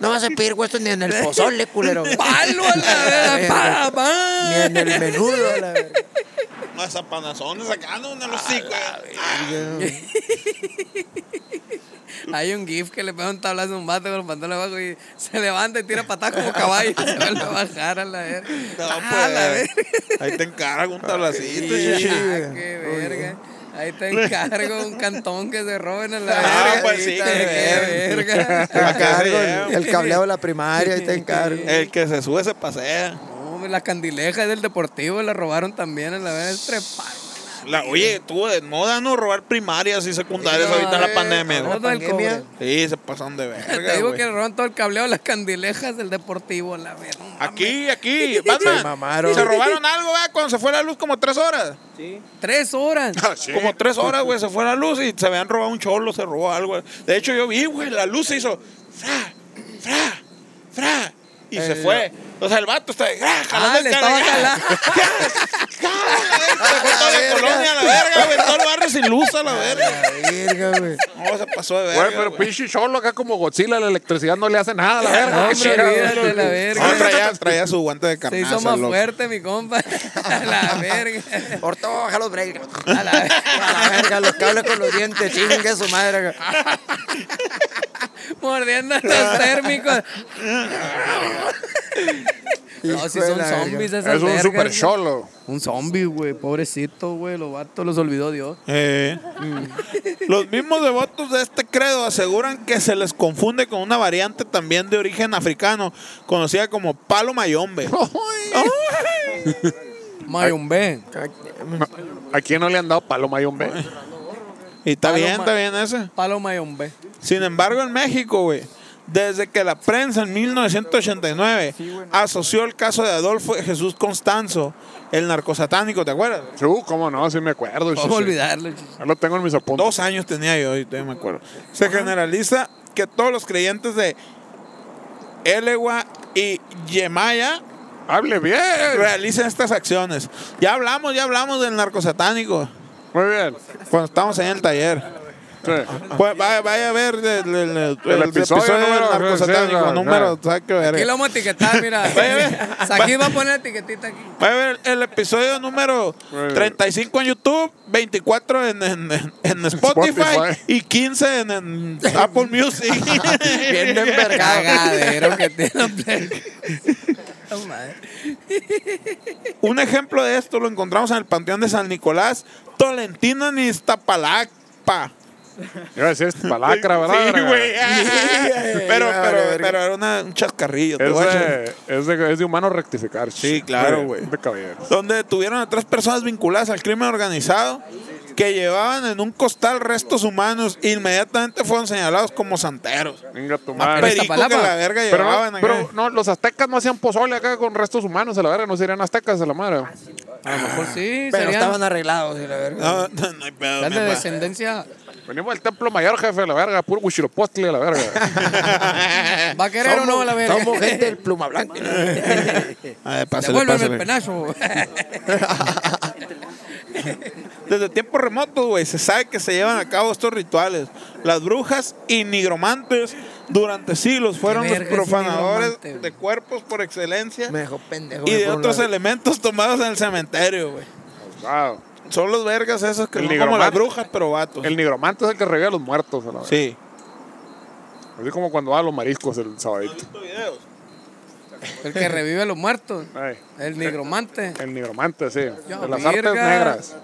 D: No vas a pedir huesos ni en el pozole, culero.
C: ¡Palo a la verga! ¡Para,
D: Ni
C: pa!
D: en el menudo, a la verga.
B: Mazapanazones acá, no, no los sí,
C: Hay un gif que le pega un tablazo a un vato con los pantalones abajo y se levanta y tira patadas como caballo y se vuelve a bajar a la verga.
B: No,
C: Ah,
B: pues.
C: la verga.
B: Ahí te encargo un tablacito.
C: Ah,
B: chichi.
C: ¡Qué verga! Ahí te encargo un cantón que se roben a la
B: Ah,
C: verga.
B: pues sí,
C: Qué
B: qué
C: verga.
D: Te encargo
B: Acá
D: el,
B: se
D: el cableo de la primaria y te encargo.
B: El que se sube se pasea.
C: No, hombre, la candileja del deportivo la robaron también a la verga. Es trepar.
B: La, oye, estuvo de moda no robar primarias y secundarias
C: No,
B: ahorita en la
C: eh,
B: pandemia.
C: todo
B: güey.
C: el
D: pandemia.
C: cobre.
B: Sí, se pasan de
C: Te
B: verga.
C: digo
B: güey.
C: que le roban todo el cableo a las candilejas del deportivo, la verga. No
B: Aquí, aquí,
D: Se
B: Batman.
D: mamaron.
B: Se robaron algo, ¿verdad? Cuando se fue la luz como tres horas.
C: mames. Tres horas.
A: Ah,
B: Como tres horas, güey, se fue la luz y se habían robado un cholo, se robó algo. De hecho, yo vi, güey, la luz se hizo fra, fra, fra. Y se fue. O sea, el vato está de ah, jalando
C: Eh, Ah,
B: el
C: le
B: cable,
C: estaba
B: ah,
C: jalando.
B: ah, la verga, Se fue toda la colonia a la verga, güey. Todo el barrio sin luz a la verga.
D: Verga, güey.
B: No, se pasó de verga.
A: Güey, pero
B: güey.
A: pinche cholo acá como Godzilla, la electricidad no le hace nada a la verga.
C: No,
A: qué
C: hombre,
A: chingado.
C: olvídate la verga.
B: No, Ah, traía, traía su guante de
C: Se
B: carnaza.
C: hizo más
B: loco.
C: fuerte, mi compa. A la verga.
D: Ahorita voy a bajar los breaks.
C: A la verga.
D: A la verga, los cables con los dientes, chingue su madre.
B: Ah,
C: Mordiendo los térmicos. No, si
D: Hijo de
C: son
D: la verga.
C: zombies esas
A: Es un
C: vergas,
A: super
C: güey.
A: cholo.
C: Un zombie, güey. Pobrecito, güey. Los vatos los olvidó Dios.
B: Eh, Los mismos devotos de este credo aseguran que se les confunde con una variante también de origen africano, conocida como palo mayombe.
C: Mayombe.
A: ¿A quién no le han dado paloma y hombre?
B: Y está
C: Palo
B: bien,
C: ma-
B: está bien ese.
C: Palo Mayombe.
B: Sin embargo, en México, güey, desde que la prensa en 1989 asoció el caso de Adolfo Jesús Constanzo, el narcosatánico, ¿te acuerdas?
A: Uh, cómo no, sí me acuerdo. sí,
C: ¿Cómo
A: sí.
C: olvidarlo?
A: Ya lo tengo en mis apuntes.
B: Dos años tenía yo y todavía me acuerdo. Se generaliza que todos los creyentes de Elewa y Yemaya
A: Hable bien.
B: realicen estas acciones. Ya hablamos, ya hablamos del narcosatánico
A: Muy bien.
B: cuando estábamos ahí en el taller.
A: Sí.
B: Pues vaya, vaya a ver el, el- el- el
A: episodio
B: episodio,
A: número-
B: del narcosatánico,
A: sí,
B: número,
A: sí.
B: ¿sabes qué verga?
C: Aquí lo vamos a etiquetar, mira. Aquí va a poner la etiquetita aquí.
B: Va a ver el episodio número 35 en YouTube, 24 en, en- en- en Spotify,
A: Spotify.
B: y 15 en, en Apple Music.
D: Bien envergado.
C: Cagadero que tiene. No, madre.
B: Un ejemplo de esto lo encontramos en el Panteón de San Nicolás, Tolentino en Iztapalapa.
A: Iba a decir esta palacra, ¿verdad?
B: Sí,
A: verga?
B: güey. pero,
D: vale,
B: pero,
D: verga.
B: pero era una- un chascarrillo. te
A: Es
B: voy a echar.
A: de, es, de, es de humano rectificar.
B: Sí, claro,
A: Muy bien,
B: güey.
A: De caballeros.
B: donde detuvieron a tres personas vinculadas al crimen organizado que llevaban en un costal restos humanos e inmediatamente fueron señalados como santeros.
A: Venga,
C: Ah,
A: tu
B: Más
A: madre.
B: perico
C: Iztapalapa.
B: que la verga
A: Pero
B: llevaban
A: no,
B: acá.
A: pero no, los aztecas no hacían pozole acá con restos humanos, a la verga, no serían aztecas, a la madre.
C: Ah, A lo mejor Pues sí,
D: Pero
C: serían.
D: estaban arreglados, y la verga.
B: No, no, no hay pedo,
C: Eran
B: mi
C: de
B: papá.
C: descendencia.
A: Venimos del templo mayor, jefe, a la verga, puro huichilopostle, a la verga.
C: ¿Va a querer o no la verga?
D: Somos gente del pluma blanca.
B: A ver, pásale,
C: Devuélveme el
B: pásale.
C: penacho.
B: Desde tiempos remotos, güey, se sabe que se llevan a cabo estos rituales. Las brujas y nigromantes durante siglos fueron los
C: verga es un
B: profanadores
C: nigromante, güey?
B: de cuerpos por excelencia
D: Me dejó pendejo.
B: y
D: güey,
B: de
D: por un
B: otros
D: lado.
B: elementos tomados en el cementerio, güey.
A: Wow.
B: Son los vergas esos que
A: El
B: son como las
A: nigromante.
B: brujas, pero vatos.
A: El nigromante es el que revive a los muertos, a la verga.
B: Sí.
A: Así como cuando va a los mariscos el sabadito.
C: El que revive a los muertos.
A: Ay,
C: El nigromante.
A: el nigromante, sí. De las
C: verga.
A: artes negras.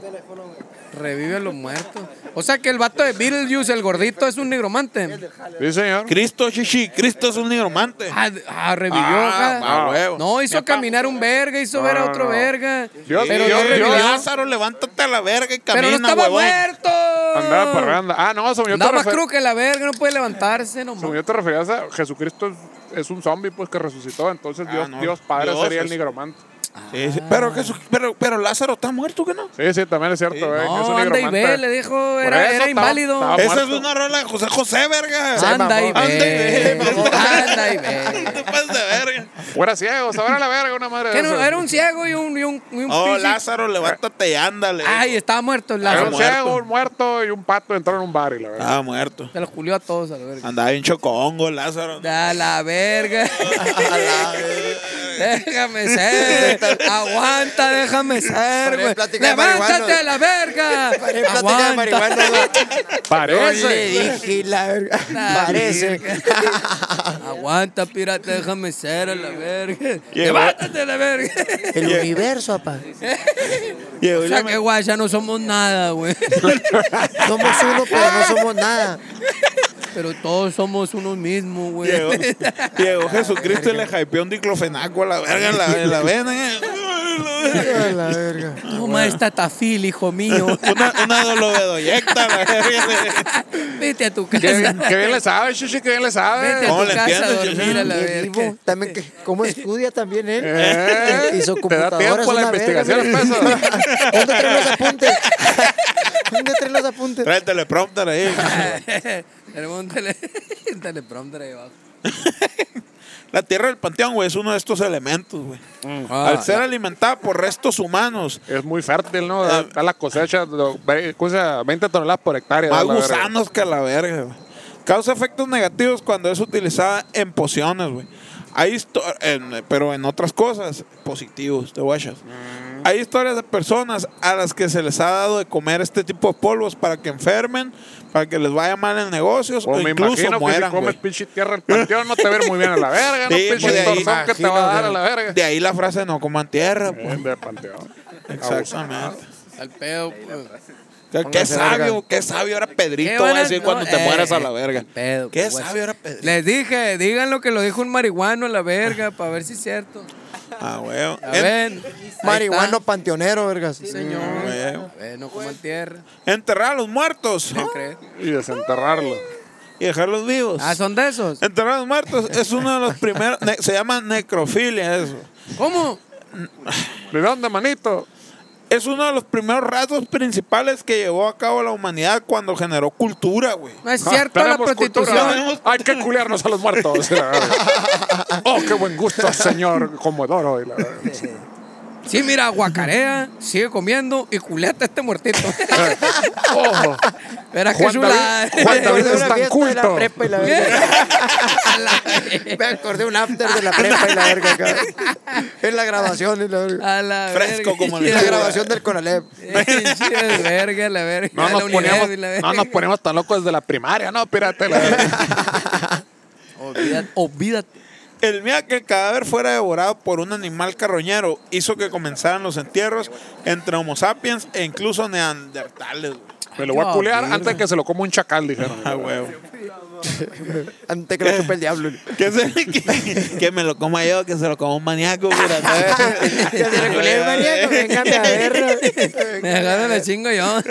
C: Revive a los muertos. O sea que el vato de Beetlejuice, el gordito, es un nigromante.
A: Sí, señor.
B: Cristo, chichi, Cristo es un nigromante.
C: Ah, d- ah, revivió.
B: Ah,
C: ah.
B: ah, huevo.
C: No, hizo caminar un verga, hizo ver a otro
A: no.
C: verga.
A: Dios,
C: pero
A: Dios,
C: no
A: Dios.
C: revivió.
B: Lázaro, levántate a la verga y camina,
C: pero no estaba
B: huevón.
C: muerto.
A: Andaba parranda. Ah, no, se me
C: Andaba más crudo que la verga, no puede levantarse nomás.
A: Según yo te referías a Jesucristo es, es un zombie pues que resucitó, entonces
B: Ah,
A: Dios,
B: no.
A: Dios Padre
B: Dios pues.
A: sería el
B: es-
A: nigromante.
B: Sí, sí. Pero, Jesús- pero, pero Lázaro está muerto, ¿qué no?
A: Sí, sí, también es cierto, eh, es
C: No,
A: un
C: anda y
A: nigromante.
C: ve, le dijo,
A: Por
C: era,
A: eso
C: era
A: estaba-
C: inválido.
A: estaba
B: Esa es
A: muerto.
B: una rola de José José, verga.
C: Anda y
B: Anda y ve,
C: ve.
B: mamón.
C: Eh, Anda y
B: No te
C: ve.
B: pases de verga.
A: Fuera ciego, sabrá la verga una madre de
C: Que no,
A: esas.
C: era un ciego y un, y un, y un
B: Oh,
C: pinche-
B: Lázaro, levántate y ándale.
C: Ay, estaba muerto el
A: Era
C: Lázaro.
A: un
B: muerto.
A: ciego, un muerto y un pato entraron en un bar y la verdad.
B: Estaba muerto.
C: Se los culió a todos a la
D: Ah.
C: verga.
B: Andaba bien chocongo, Lázaro.
C: Da la verga.
D: A la verga.
C: déjame ser. Aguanta, déjame ser,
D: Paré de
C: güey.
D: plática de
C: Levántate
D: marihuana.
C: a la verga.
D: Paré plática de marihuana.
B: Ah,
D: güey. Yo le
A: Parece.
D: dije la verga.
C: La
D: Parece.
C: Aguanta, pirata, déjame ser a la verga.
B: Llegó-
C: Levántate a la verga.
D: El universo, papá.
B: Llegó
C: O
B: y
C: sea
B: le
C: que
B: me-
C: guay, ya no somos nada, güey.
D: Somos uno, pero no somos nada.
C: Pero todos somos uno mismo, güey.
B: Llegó, llegó Jesucristo y le hypeó un diclofenaco a la verga en la, en la vena. eh.
D: A la verga.
C: Toma esta tafil, hijo mío.
B: Una, una dolobedoyecta a la verga.
C: Vete a tu
A: Qué bien,
C: casa.
A: qué bien le sabe, Chuchi, qué bien le
C: Vete
A: sabe.
B: ¿Cómo
C: a tu
B: le
C: casa a
B: entiendes,
C: dormir a la
D: Y el
C: verga.
D: vivo, también que, cómo estudia también él.
A: Eh,
D: Y su
A: te da
D: computadora es
A: tiempo la
D: una verga,
A: investigación,
D: güey.
A: pues.
D: ¿Dónde traen los apuntes? ¿Dónde traen los apuntes?
B: Trae el teleprompter ahí.
C: Tenemos un, tele, un teleprompter ahí abajo.
B: La tierra del panteón, güey, es uno de estos elementos, güey.
C: Ah,
D: Ah,
B: Al ser alimentada por restos humanos,
A: Es muy fértil, ¿no? Da,
B: Eh.
A: da la cosecha, lo- ve- cosa, 20 toneladas por hectárea.
B: más
A: da la verga.
B: gusanos que la verga, güey. Causa efectos negativos cuando es utilizada en pociones, güey. Hay histo- en- pero en otras cosas positivos, te guachas.
A: Mm.
B: Hay historias de personas a las que se les ha dado de comer este tipo de polvos para que enfermen, para que les vaya mal en negocios
A: O
B: o
A: Pues me
B: incluso
A: imagino que si
B: mueran,
A: comes
B: güey.
A: pinche tierra el panteón no te va a ver muy bien a la verga, no
B: Sí, pues,
A: pinche
B: de ahí-
A: torzón que te va a dar a la verga.
B: de ahí la frase no coman tierra, pues.
A: Bien, de panteón.
B: Exactamente.
C: Al pedo. pues.
B: Qué- Qué
D: Póngase
B: sabio,
D: verga.
B: qué sabio era
C: ¿Qué
B: Pedrito,
C: van
B: va a decir
C: no,
B: cuando te
C: eh,
B: mueras a la verga.
C: al pedo,
B: Qué
C: pues, güey.
B: sabio era Pedrito.
C: Les dije, digan lo que lo dijo un marihuano a la verga, para ver si es cierto.
B: Ah, huevo.
C: A
B: En-
C: ver. ahí
D: Marihuano
C: está.
D: panteonero, vergas.
C: Sí, señor.
B: Huevo.
C: A ver, no coman tierra.
B: eh, Enterrar a los muertos
C: ¿no crees?
A: Y desenterrarlo.
B: y dejarlos vivos.
C: Ah, son de esos.
B: Enterrar a los muertos es uno de los primeros. ne- se llama necrofilia eso.
C: ¿Cómo?
A: ¿De dónde, manito?
B: Es uno de los primeros rasgos principales que llevó a cabo la humanidad cuando generó cultura, güey.
C: No es
A: Ah,
C: cierto la
A: tenemos
B: pues,
A: cultura,
C: prostitución.
A: ¿eh? Hay que culearnos a los muertos. oh, qué buen gusto, señor Comodoro. y la verga.
C: Sí, mira, guacarea, sigue comiendo y culeta a este muertito.
A: Oh,
C: Verás qué
A: Juan
C: chulada.
A: David- Juan David
D: Me
A: es tan
D: acordé de una fiesta de la
A: culto.
D: prepa y la verga. Me acordé un after de la prepa y la verga acá. En la grabación y la verga.
C: A la
B: Fresco
C: verga.
B: como
D: En la
B: Sí,
D: grabación del Conalep.
C: Pinche de verga, la verga.
A: No
C: de
A: nos,
C: la unidad
A: poníamos,
C: y la verga.
A: no nos poníamos tan locos desde la primaria, no, espérate. la verga.
C: Olvídate, olvídate.
B: El miedo a que el cadáver fuera devorado por un animal carroñero hizo que comenzaran los entierros entre Homo sapiens e incluso neandertales, güey.
A: Me lo voy a culear
C: Ay,
A: antes de que se lo coma un chacal, dijeron.
B: Ah, huevo.
D: Antes que lo chupe el diablo.
B: Que, se- que- que me lo coma yo, que se lo coma un maníaco, mira, ¿sabes?
D: Que se lo culé
B: Eh,
D: el maníaco, véngame a verlo.
C: Me agarro la chingo yo.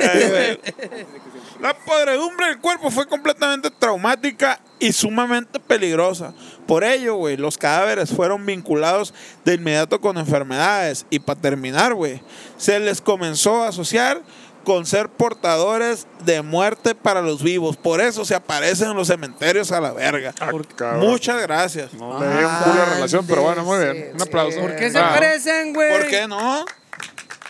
B: La podredumbre del cuerpo fue completamente traumática y sumamente peligrosa. Por ello, güey, los cadáveres fueron vinculados de inmediato con enfermedades. Y para terminar, güey, se les comenzó a asociar con ser portadores de muerte para los vivos. Por eso se aparecen en los cementerios a la verga.
A: Ah, cabrón.
B: Muchas gracias.
A: No
D: Ah.
A: le di un culo de relación, pero bueno, muy bien.
D: Ándese,
A: Un aplauso. Ah,
C: ¿Por qué se
A: Bravo,
C: parecen, güey?
B: ¿Por qué no?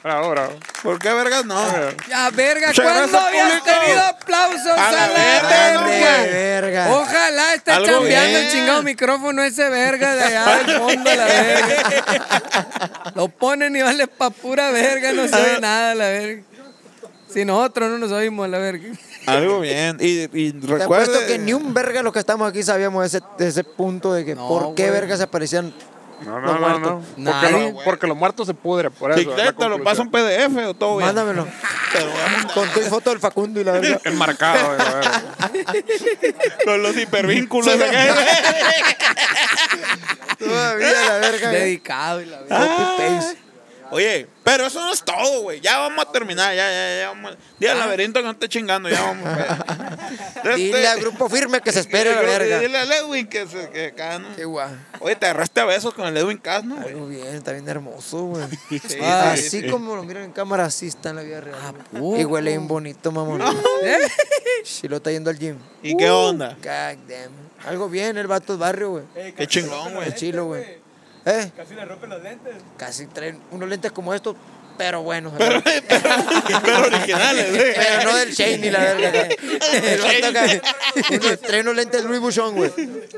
A: bravo, bravo.
B: ¿Por qué vergas no?
A: Ah.
C: Ya, verga,
B: Muchas
C: ¿cuándo
B: gracias,
C: habías
B: público.
C: tenido aplausos
B: A
C: a
B: la
C: la
B: verga,
D: no,
C: verga?
D: güey. Verga.
C: Ojalá esté
B: Algo
C: chambeando
B: bien.
C: el chingado micrófono ese verga de allá del fondo, la verga. Lo ponen y vale pa' pura verga, no se oye nada, la verga. Si nosotros no nos oímos, la verga.
B: Algo bien. Y, y
D: Te apuesto
B: recuerda
D: que ni un verga los que estamos aquí sabíamos ese, ese punto de que
C: No,
D: por qué
C: güey.
D: verga se aparecían.
A: No, no, no.
D: Los
A: no.
D: muertos.
A: Porque,
C: Nadie.
A: lo- porque los muertos se pudren, por eso. es la
B: Dicteta, lo
A: conclusión.
B: paso un PDF o todo bien.
D: Mándamelo. Con tu foto del Facundo y la verga.
A: Enmarcado, eh. de la verga.
B: Los, los hipervínculos.
D: Todavía la verga.
C: Dedicado y la verga.
D: Ah. Copy-paste.
B: Oye, pero eso no es todo, güey. Ya vamos a terminar. Ya, ya, ya. Vamos. Dile al laberinto que no esté chingando. Ya vamos. güey.
D: Ah. Dile
B: Este-
D: al grupo firme que se espere la verga.
B: Dile a Edwin que se que acá, ¿no?
D: Qué guay.
B: Oye, te agarraste a besos con el Edwin Cass, ¿no? güey?
D: Muy bien, está bien hermoso, güey. Ah,
B: Sí, sí,
D: así
B: sí.
D: como lo miran en cámara, así está en la vida real. güey.
C: poco?
D: y huele bien bonito, mamón.
C: ¿Eh?
D: Si lo está yendo al gym.
B: ¿Y qué onda?
D: God damn. Algo bien, el vato del barrio, güey.
B: Qué chingón, güey.
D: El chilo, güey. ¿Eh? Casi le rompen los lentes. Casi traen unos lentes como estos, pero buenos.
B: Pero, pero, pero originales, güey.
D: Pero no del Shane la verga. El vato acá, uno- Trae unos lentes Louis Vuitton, güey.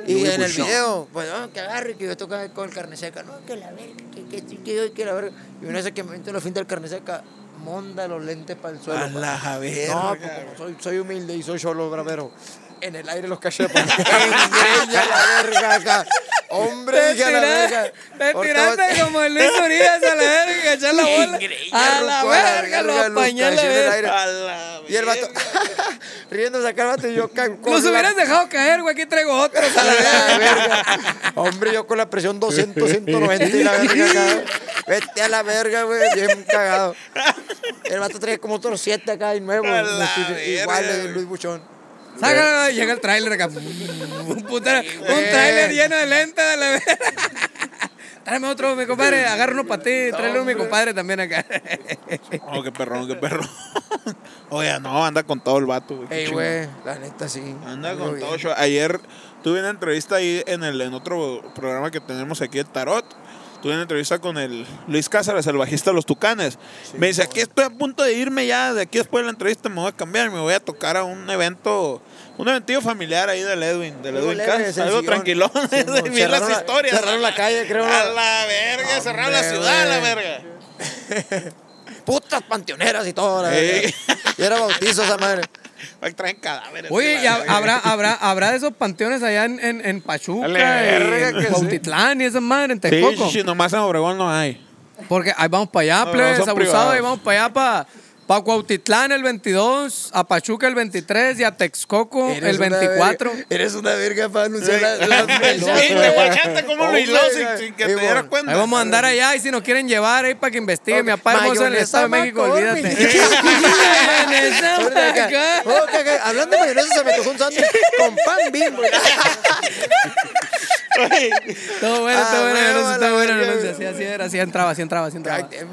D: Y en el video, pues, no, que agarre, que yo toca con el carne seca. No, que la verga, que que que, que, que la verga. Y una vez que me meto la finta del carne seca, monda los lentes para el suelo.
B: A la Javier.
D: No, pues como soy, soy humilde y soy solo bravero. En el aire los caché. pues, Engreña la verga acá. Hombre,
C: Te
D: dije a la
C: tiraste-
D: verga.
C: Te
D: ahorita va-
C: tiraste como el Luis Urias a la verga, que echó la bola. A la
D: Ruco, a la
C: verga, lo
D: verga, los
C: apañé a la
D: caché en el
C: verga.
D: aire.
B: A la
D: Y el vato, riéndose acá el vato y yo ca- con
C: Los
D: la-
C: hubieras dejado caer, güey, aquí traigo otros a
D: la
C: la verga.
D: verga. Hombre, yo con la presión 200, 190 y la verga acá. Vete a la verga, güey, bien cagado. El vato trae como otros 7 acá y nuevos.
B: A la
D: Igual
B: verga,
D: de
B: güey.
D: Luis Buchón.
C: Sácalo, güey, llega el tráiler acá. Un, putero- un
B: Eh.
C: tráiler lleno de lentes de la verga. Tráeme otro, mi compadre. Agarra uno para ti. Tráele uno, mi compadre, también acá.
B: Oh, qué perrón, qué perrón. Oye, no, anda con todo el vato, güey. qué
D: Ey,
B: chingón.
D: güey, la neta sí.
B: Anda
D: Algo
B: con
D: bien.
B: todo show. Ayer tuve una entrevista ahí en el en otro programa que tenemos aquí, el Tarot. Tuve una entrevista con el Luis Cáceres, el bajista de los Tucanes. me dice, aquí estoy a punto de irme ya, de aquí después de la entrevista me voy a cambiar, me voy a tocar a un evento, un eventillo familiar ahí del Edwin, del
D: Algo
B: Edwin
D: leve,
B: Cáceres. Algo
D: sencillón.
B: tranquilón,
D: Sí,
B: de
D: mo,
B: mí las
D: cerraron la-
B: historias.
D: cerraron la calle, creo,
B: A
D: ¿no?
B: la verga, cerraron la
D: Hombre,
B: ciudad, a la
D: güey.
B: verga.
D: Putas panteoneras y todo, la
B: Ey.
D: verga. Y era bautizo esa madre.
B: Va a traer cadáveres.
C: Oye,
B: la
C: y ha-
B: verga.
C: habrá, habrá, habrá de esos panteones allá en, en, en Pachuca,
A: Dale,
C: y
A: verga que
C: en
A: sí.
C: Cuautitlán y esa madre, en
B: Sí,
C: Texcoco.
B: sí, nomás en Obregón no hay.
C: Porque ahí vamos para allá,
B: No,
C: plebes,
B: no, son
C: abusados, ahí
B: privados.
C: vamos para allá, para pa Cuautitlán el 22, a Pachuca el 23 y a Texcoco el 24.
D: eres una verga para anunciar las
B: Sí, te guachaste como lo hiló sin, sin que te dieras cuenta.
C: Ahí vamos a andar allá y si nos quieren llevar ahí para que investiguen. Mi papá hermoso en el Estado de México, olvídate. Mayonesa McCormick.
D: Hablando de mayonesa, se me tocó un sándwich con pan bimbo.
C: Todo bueno,
D: Ah,
C: todo bueno,
D: huevo,
C: Leoncio,
D: la
C: todo bueno,
D: verga,
C: Leoncio. Así, así era, así entraba, así entraba, así entraba.
A: ¿Qué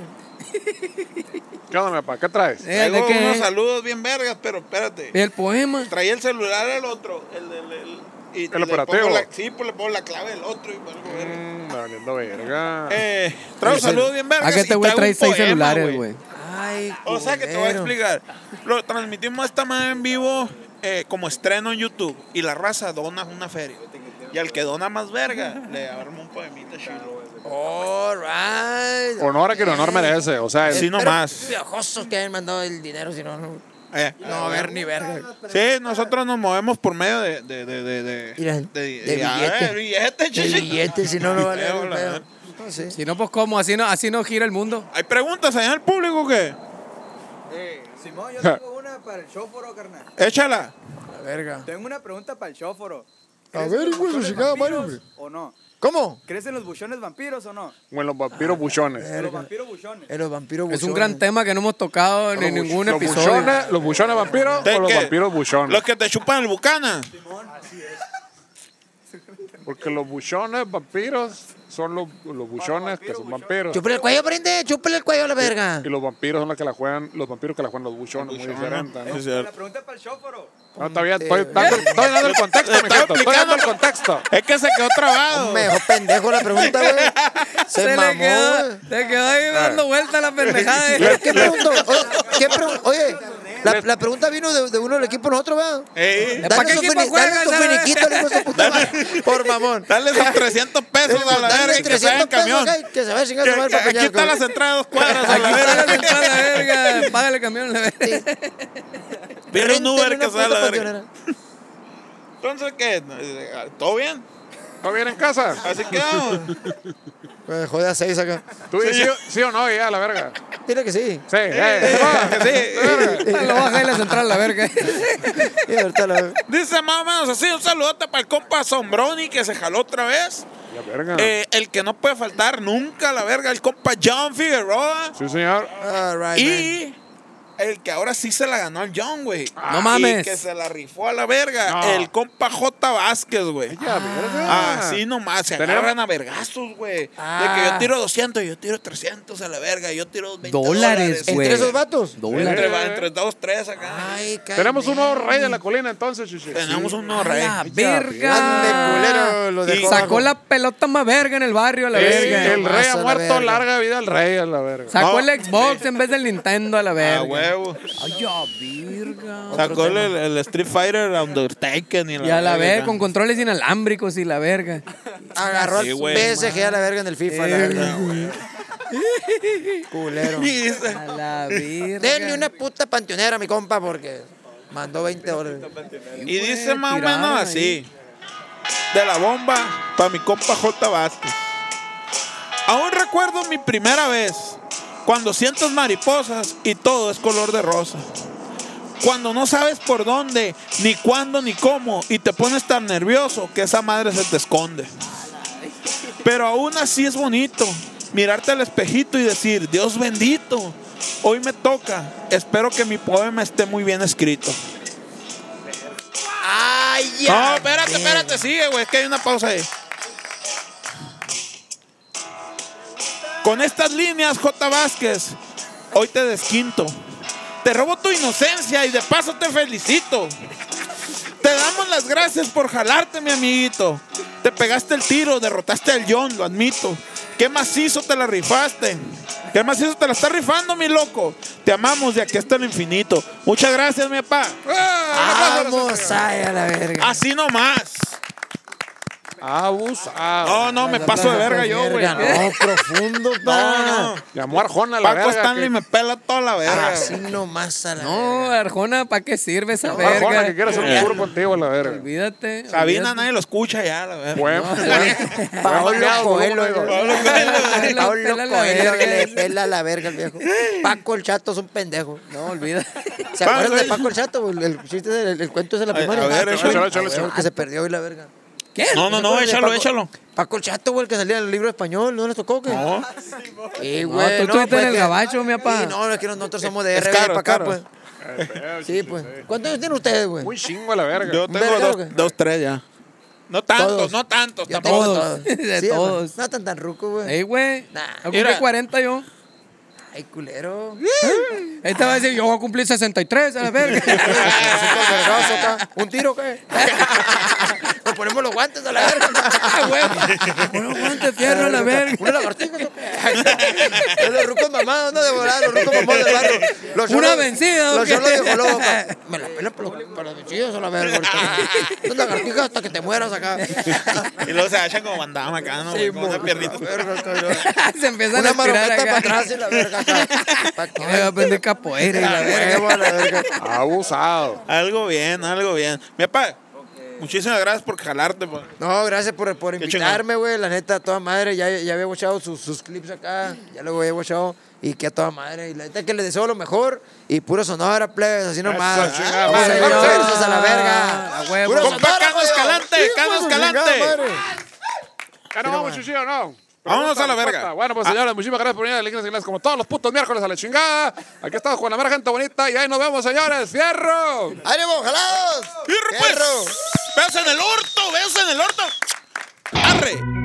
A: onda, mi papá? ¿Qué traes?
C: Eh, ¿de
B: Traigo
C: qué?
B: unos saludos bien vergas, pero espérate.
C: Y el poema.
B: Traía el celular al otro. El, el, el, y le pongo
A: operativo.
B: la- sí, pues le pongo la clave del otro y valgo verga.
A: Mm, valiendo verga.
B: Eh, traigo saludos bien vergas.
C: ¿A qué
B: y
C: te voy
B: traigo
C: a traer
B: un
C: este seis
B: poema,
C: celulares, güey?
D: Ay,
B: O sea que te voy a explicar. Lo transmitimos esta madre en vivo eh, como estreno en YouTube. Y la raza dona una feria. Y al que dona más verga, le arma un poemita chilo.
D: All right.
A: Honor a quien honor merece. O sea,
B: Sí,
A: es-
B: nomás.
D: Viejosos que hayan mandado el dinero, si no, no.
B: Eh,
D: No va a haber ni verga.
B: Sí, nosotros nos movemos por medio de. de, de, de, de,
D: Mira,
B: de,
D: de
B: de- a
D: billete.
B: ver, billete,
D: De
B: chichi.
D: billetes, si no, no vale.
B: Feo, la verdad.
D: No sé.
C: Si no, pues cómo, así no, así no gira el mundo.
B: ¿Hay preguntas allá en el público o qué?
E: Eh, Simón, yo tengo una para el chóforo, carnal.
B: Échala.
D: La verga.
E: Tengo una pregunta para el chóforo.
D: A ver, güey, pues, chingada madre, güey.
E: ¿O no?
D: ¿Cómo?
E: ¿Crees en los buchones vampiros o no?
A: o en los vampiros buchones.
E: En Los vampiros buchones.
D: Eh, los vampiros
C: Es un
D: buchones.
C: gran tema que no hemos tocado en ningún
A: Los
C: episodio.
A: buchones, los buchones vampiros o los
B: ¿Qué?
A: vampiros buchones.
B: Los que te chupan el bucana.
A: Porque los buchones vampiros son los, los buchones que son vampiros.
D: Chúpale el cuello, prende. Chúpale el cuello a la verga.
A: Y los vampiros son los que la juegan, los vampiros que la juegan los buchones, Eh, muy diferente, ¿no?
B: Es
E: La
B: cierto.
E: pregunta para el chóforo.
A: No, está bien, estoy dando, estoy dando el contexto,
B: Estoy
A: mijito, estoy dando el
B: aplicando-
A: contexto.
B: Es que se quedó trabado.
D: Me dejó pendejo la pregunta, güey. Se,
C: Se
D: mamó, eh.
C: le quedó,
D: güey.
C: se quedó ahí dando vuelta la pendejada. eh.
D: ¿Qué preguntó? Oye, ¿qué pregun- Oye, la, la pregunta vino de, de uno del equipo de nosotros, ¿verdad?
B: Ey,
C: ¿Para
D: Dale
C: qué
D: su
C: equipo
D: fini-
C: juegas,
D: dale su
C: a la
D: finiquito,
C: verga?
D: hijo de su puta madre. Por mamón.
B: Dale esos 300 pesos a la verga
D: Dale
B: y que se vaya en
D: 300 pesos
B: camión.
D: acá y que se vaya a chingar
B: Que-
D: a su madre
B: que-
D: para
B: aquí
D: allá,
B: está la
D: güey.
B: central de dos cuadras a la
C: Págale el
B: verga.
C: pan a la verga, págale el camión a la verga.
B: Pide un
D: Renten
B: Uber
D: una
B: que se vaya a la
D: puta
B: verga.
D: panteonera.
B: Entonces, ¿qué? Eh, ¿Todo bien?
A: ¿Está bien en casa?
B: Así quedamos.
D: Eh, Jode a seis acá.
A: ¿Tú dices sí, sí o no? Y ya, la verga.
D: Dile que sí.
A: Sí, eh,
B: Que sí.
A: verga.
C: Lo baja y la central a la verga.
D: Y ahorita la-
B: Dice más o menos así, un saludote para el compa Sombroni que se jaló otra vez.
A: Ya,
C: Ah.
A: verga.
B: Eh, el que no puede faltar nunca, la verga, el compa John Figueroa.
A: Sí, señor.
D: All right, man.
B: Y el que ahora sí se la ganó al John, güey.
C: No mames.
B: Y que se la rifó a la verga.
A: No.
B: El compa J. Vázquez, güey.
A: Ya, verga.
B: Así nomás, se
A: Tenemos-
B: agarran a vergazos, güey. De que yo tiro 200, yo tiro 300 a la verga, yo tiro 20
C: Ah. Dólares,
B: dólares.
C: güey. Ah,
D: ¿Entre esos vatos?
B: Entre,
C: Dólares.
B: va- entre dos, tres acá.
D: Ay,
A: Tenemos un nuevo
D: cabrón.
A: rey de la colina, entonces, chichi.
B: Tenemos un nuevo
C: A
B: rey.
C: la
D: Ande,
C: verga.
A: Ah,
D: culero, lo
B: Y
D: dejó
C: Sacó
D: abajo.
C: la pelota más verga en el barrio a la
A: Sí,
C: verga.
A: el
D: Más
A: rey
D: a
A: ha
D: la
A: muerto,
D: verga.
A: larga vida al rey, a la verga.
C: Sacó
B: No.
C: el Xbox en vez del Nintendo a la
B: A
C: verga.
B: huevo.
C: Ay, a verga.
B: Sacó el, el Street Fighter a Undertaken y la
C: Y a la verga,
B: verga.
C: con controles inalámbricos y la verga.
D: Agarró
B: Sí,
D: al
B: güey. Eh.
D: PSG a la verga en el FIFA, la verga. Culero.
B: Y dice,
C: A la verga.
D: Denle una puta panteonera a mi compa porque mandó 20 dólares.
B: y dice más o
C: tiraron
B: menos
C: ahí.
B: así. De la bomba para mi compa J. Vázquez. Aún recuerdo mi primera vez, cuando sientes mariposas y todo es color de rosa. Cuando no sabes por dónde, ni cuándo, ni cómo, y te pones tan nervioso que esa madre se te esconde. Pero aún así es bonito mirarte al espejito y decir, Dios bendito, hoy me toca, espero que mi poema esté muy bien escrito.
D: ¡Ay,
B: No,
D: ya!
B: espérate, espérate, sigue, güey, es que hay una pausa ahí. Con estas líneas, J. Vázquez, hoy te desquinto. Te robo tu inocencia y de paso te felicito. Te damos las gracias por jalarte, mi amiguito. Te pegaste el tiro, derrotaste al John, lo admito. Qué macizo te la rifaste. Qué macizo te la está rifando, mi loco. Te amamos de aquí hasta el infinito. Muchas gracias, mi papá.
D: ¡Vamos ay, a la verga!
B: Así nomás.
A: Abusado.
B: No, no, me paso de verga yo, güey.
D: No, profundo,
B: No,
D: pa.
B: no.
A: Llamó a Arjona a la
B: Paco
A: verga,
B: Stanley
A: que-
B: me pela toda la verga.
D: Así nomás a la
C: No, Arjona, ¿para qué sirve esa
A: Arjona, que
C: verga?
A: quiere hacer un tour contigo a la verga.
C: Olvídate.
B: Sabina
C: olvídate.
B: nadie lo escucha ya, la verga.
A: Buen, buen- buen
D: Paolo
A: bateado,
D: Coelho.
A: boludo.
D: güey.
C: Coelho.
D: Paolo
C: Pela la
D: Coelho
C: verga.
D: que le pela la verga al viejo. Paco el Chato es un pendejo.
C: No, olvídate.
D: ¿Se
B: Paco
D: acuerdan de
B: el-
D: Paco el Chato? güey? El, el chiste del- el, el cuento es de la
B: A-
D: primaria.
B: a ver,
D: Ah,
B: échalo,
D: güey.
A: échalo, échalo.
D: Ah, se perdió hoy la verga.
C: ¿Qué?
B: No, no,
D: ¿Se
B: no,
D: acuerdan de
B: échalo,
D: Paco-
B: échalo.
D: Paco el Chato, güey, el que salía en el libro español. ¿No les tocó? Que?
B: No.
D: Sí,
C: No,
D: güey.
C: tú estuviste
D: pues,
C: en el
D: que-
C: gabacho, mi papá.
D: Sí, no, es que nosotros somos de
B: Es
D: RB
B: caro,
D: para acá,
B: es
D: pues.
B: caro.
D: Sí, pues. ¿Cuántos años tienen ustedes, güey?
A: Un chingo a la verga.
B: Yo tengo
D: verga,
B: dos,
D: güey.
B: dos, tres ya. No tantos,
D: Todos.
B: no tantos,
D: Yo
B: tampoco.
D: tengo
C: todos. De
D: Sí, güey.
C: todos.
D: No tan tan ruco, güey.
C: Ey, güey.
D: Nah.
C: Yo cumplí
B: Mira.
C: 40 yo.
D: Ay, culero.
C: Ahí te va a decir, yo voy a cumplir 63, a la verga.
D: ¿Un tiro qué? Nos ponemos los guantes a la verga.
C: Ah, güey. Bueno, guante fierro a la verga.
D: Una lagartija. ¿no? Pero Los rucos mamados, no de volar, los rucos mamados del barrio. Los
C: Una
D: cholos-
C: vencida, ¿o
D: Los
C: qué?
D: cholos de Jolobo, pa. Me la pelan por los- por los vencidos a la verga. ahorita. Son lagartijas hasta que te mueras acá.
B: Y luego se agachan como bandama acá, ¿no? güey? Con una piernita.
D: Verga, cabrón.
C: Se empiezan
D: Una
C: a tirar
D: marometa para
C: acá.
D: atrás y la verga acá. Pa' que
C: Ay, voy a aprender capoeira y la verga.
D: Huevo a la verga.
A: Abusado.
B: Algo bien, algo bien. Mi papá, muchísimas gracias por jalarte, pues.
D: No, gracias por, por
B: Qué
D: invitarme, güey. La neta, a toda madre. Ya, ya había watchado sus, sus clips acá. Ya lo había watchado. Y que a toda madre. Y la neta que les deseo lo mejor. Y puro sonora, plebes, así nomás.
A: Eso, chingada
D: Vamos a
A: madre.
D: ver los
A: Eso.
D: versos a la verga.
C: A huevo.
D: Puro
B: Compa,
D: Sonora,
B: Cano
D: güey.
B: Escalante,
D: Sí,
B: Cano
D: güey, su
B: Escalante.
D: chingada madre.
A: Ya no vamos, Chuchillo, no.
B: Vámonos
A: Pregunta,
B: a la verga.
A: respuesta. Bueno, pues señores, muchísimas gracias por venir a la iglesia como todos los putos miércoles a la chingada. Aquí estamos con la mera gente bonita y ahí nos vemos, señores. ¡Fierro!
D: ¡Ánimo, jalados!
B: ¡Fierro, pues!
D: ¡Fierro!
B: ¡Beso en el orto! ¡Beso en el orto! ¡Arre!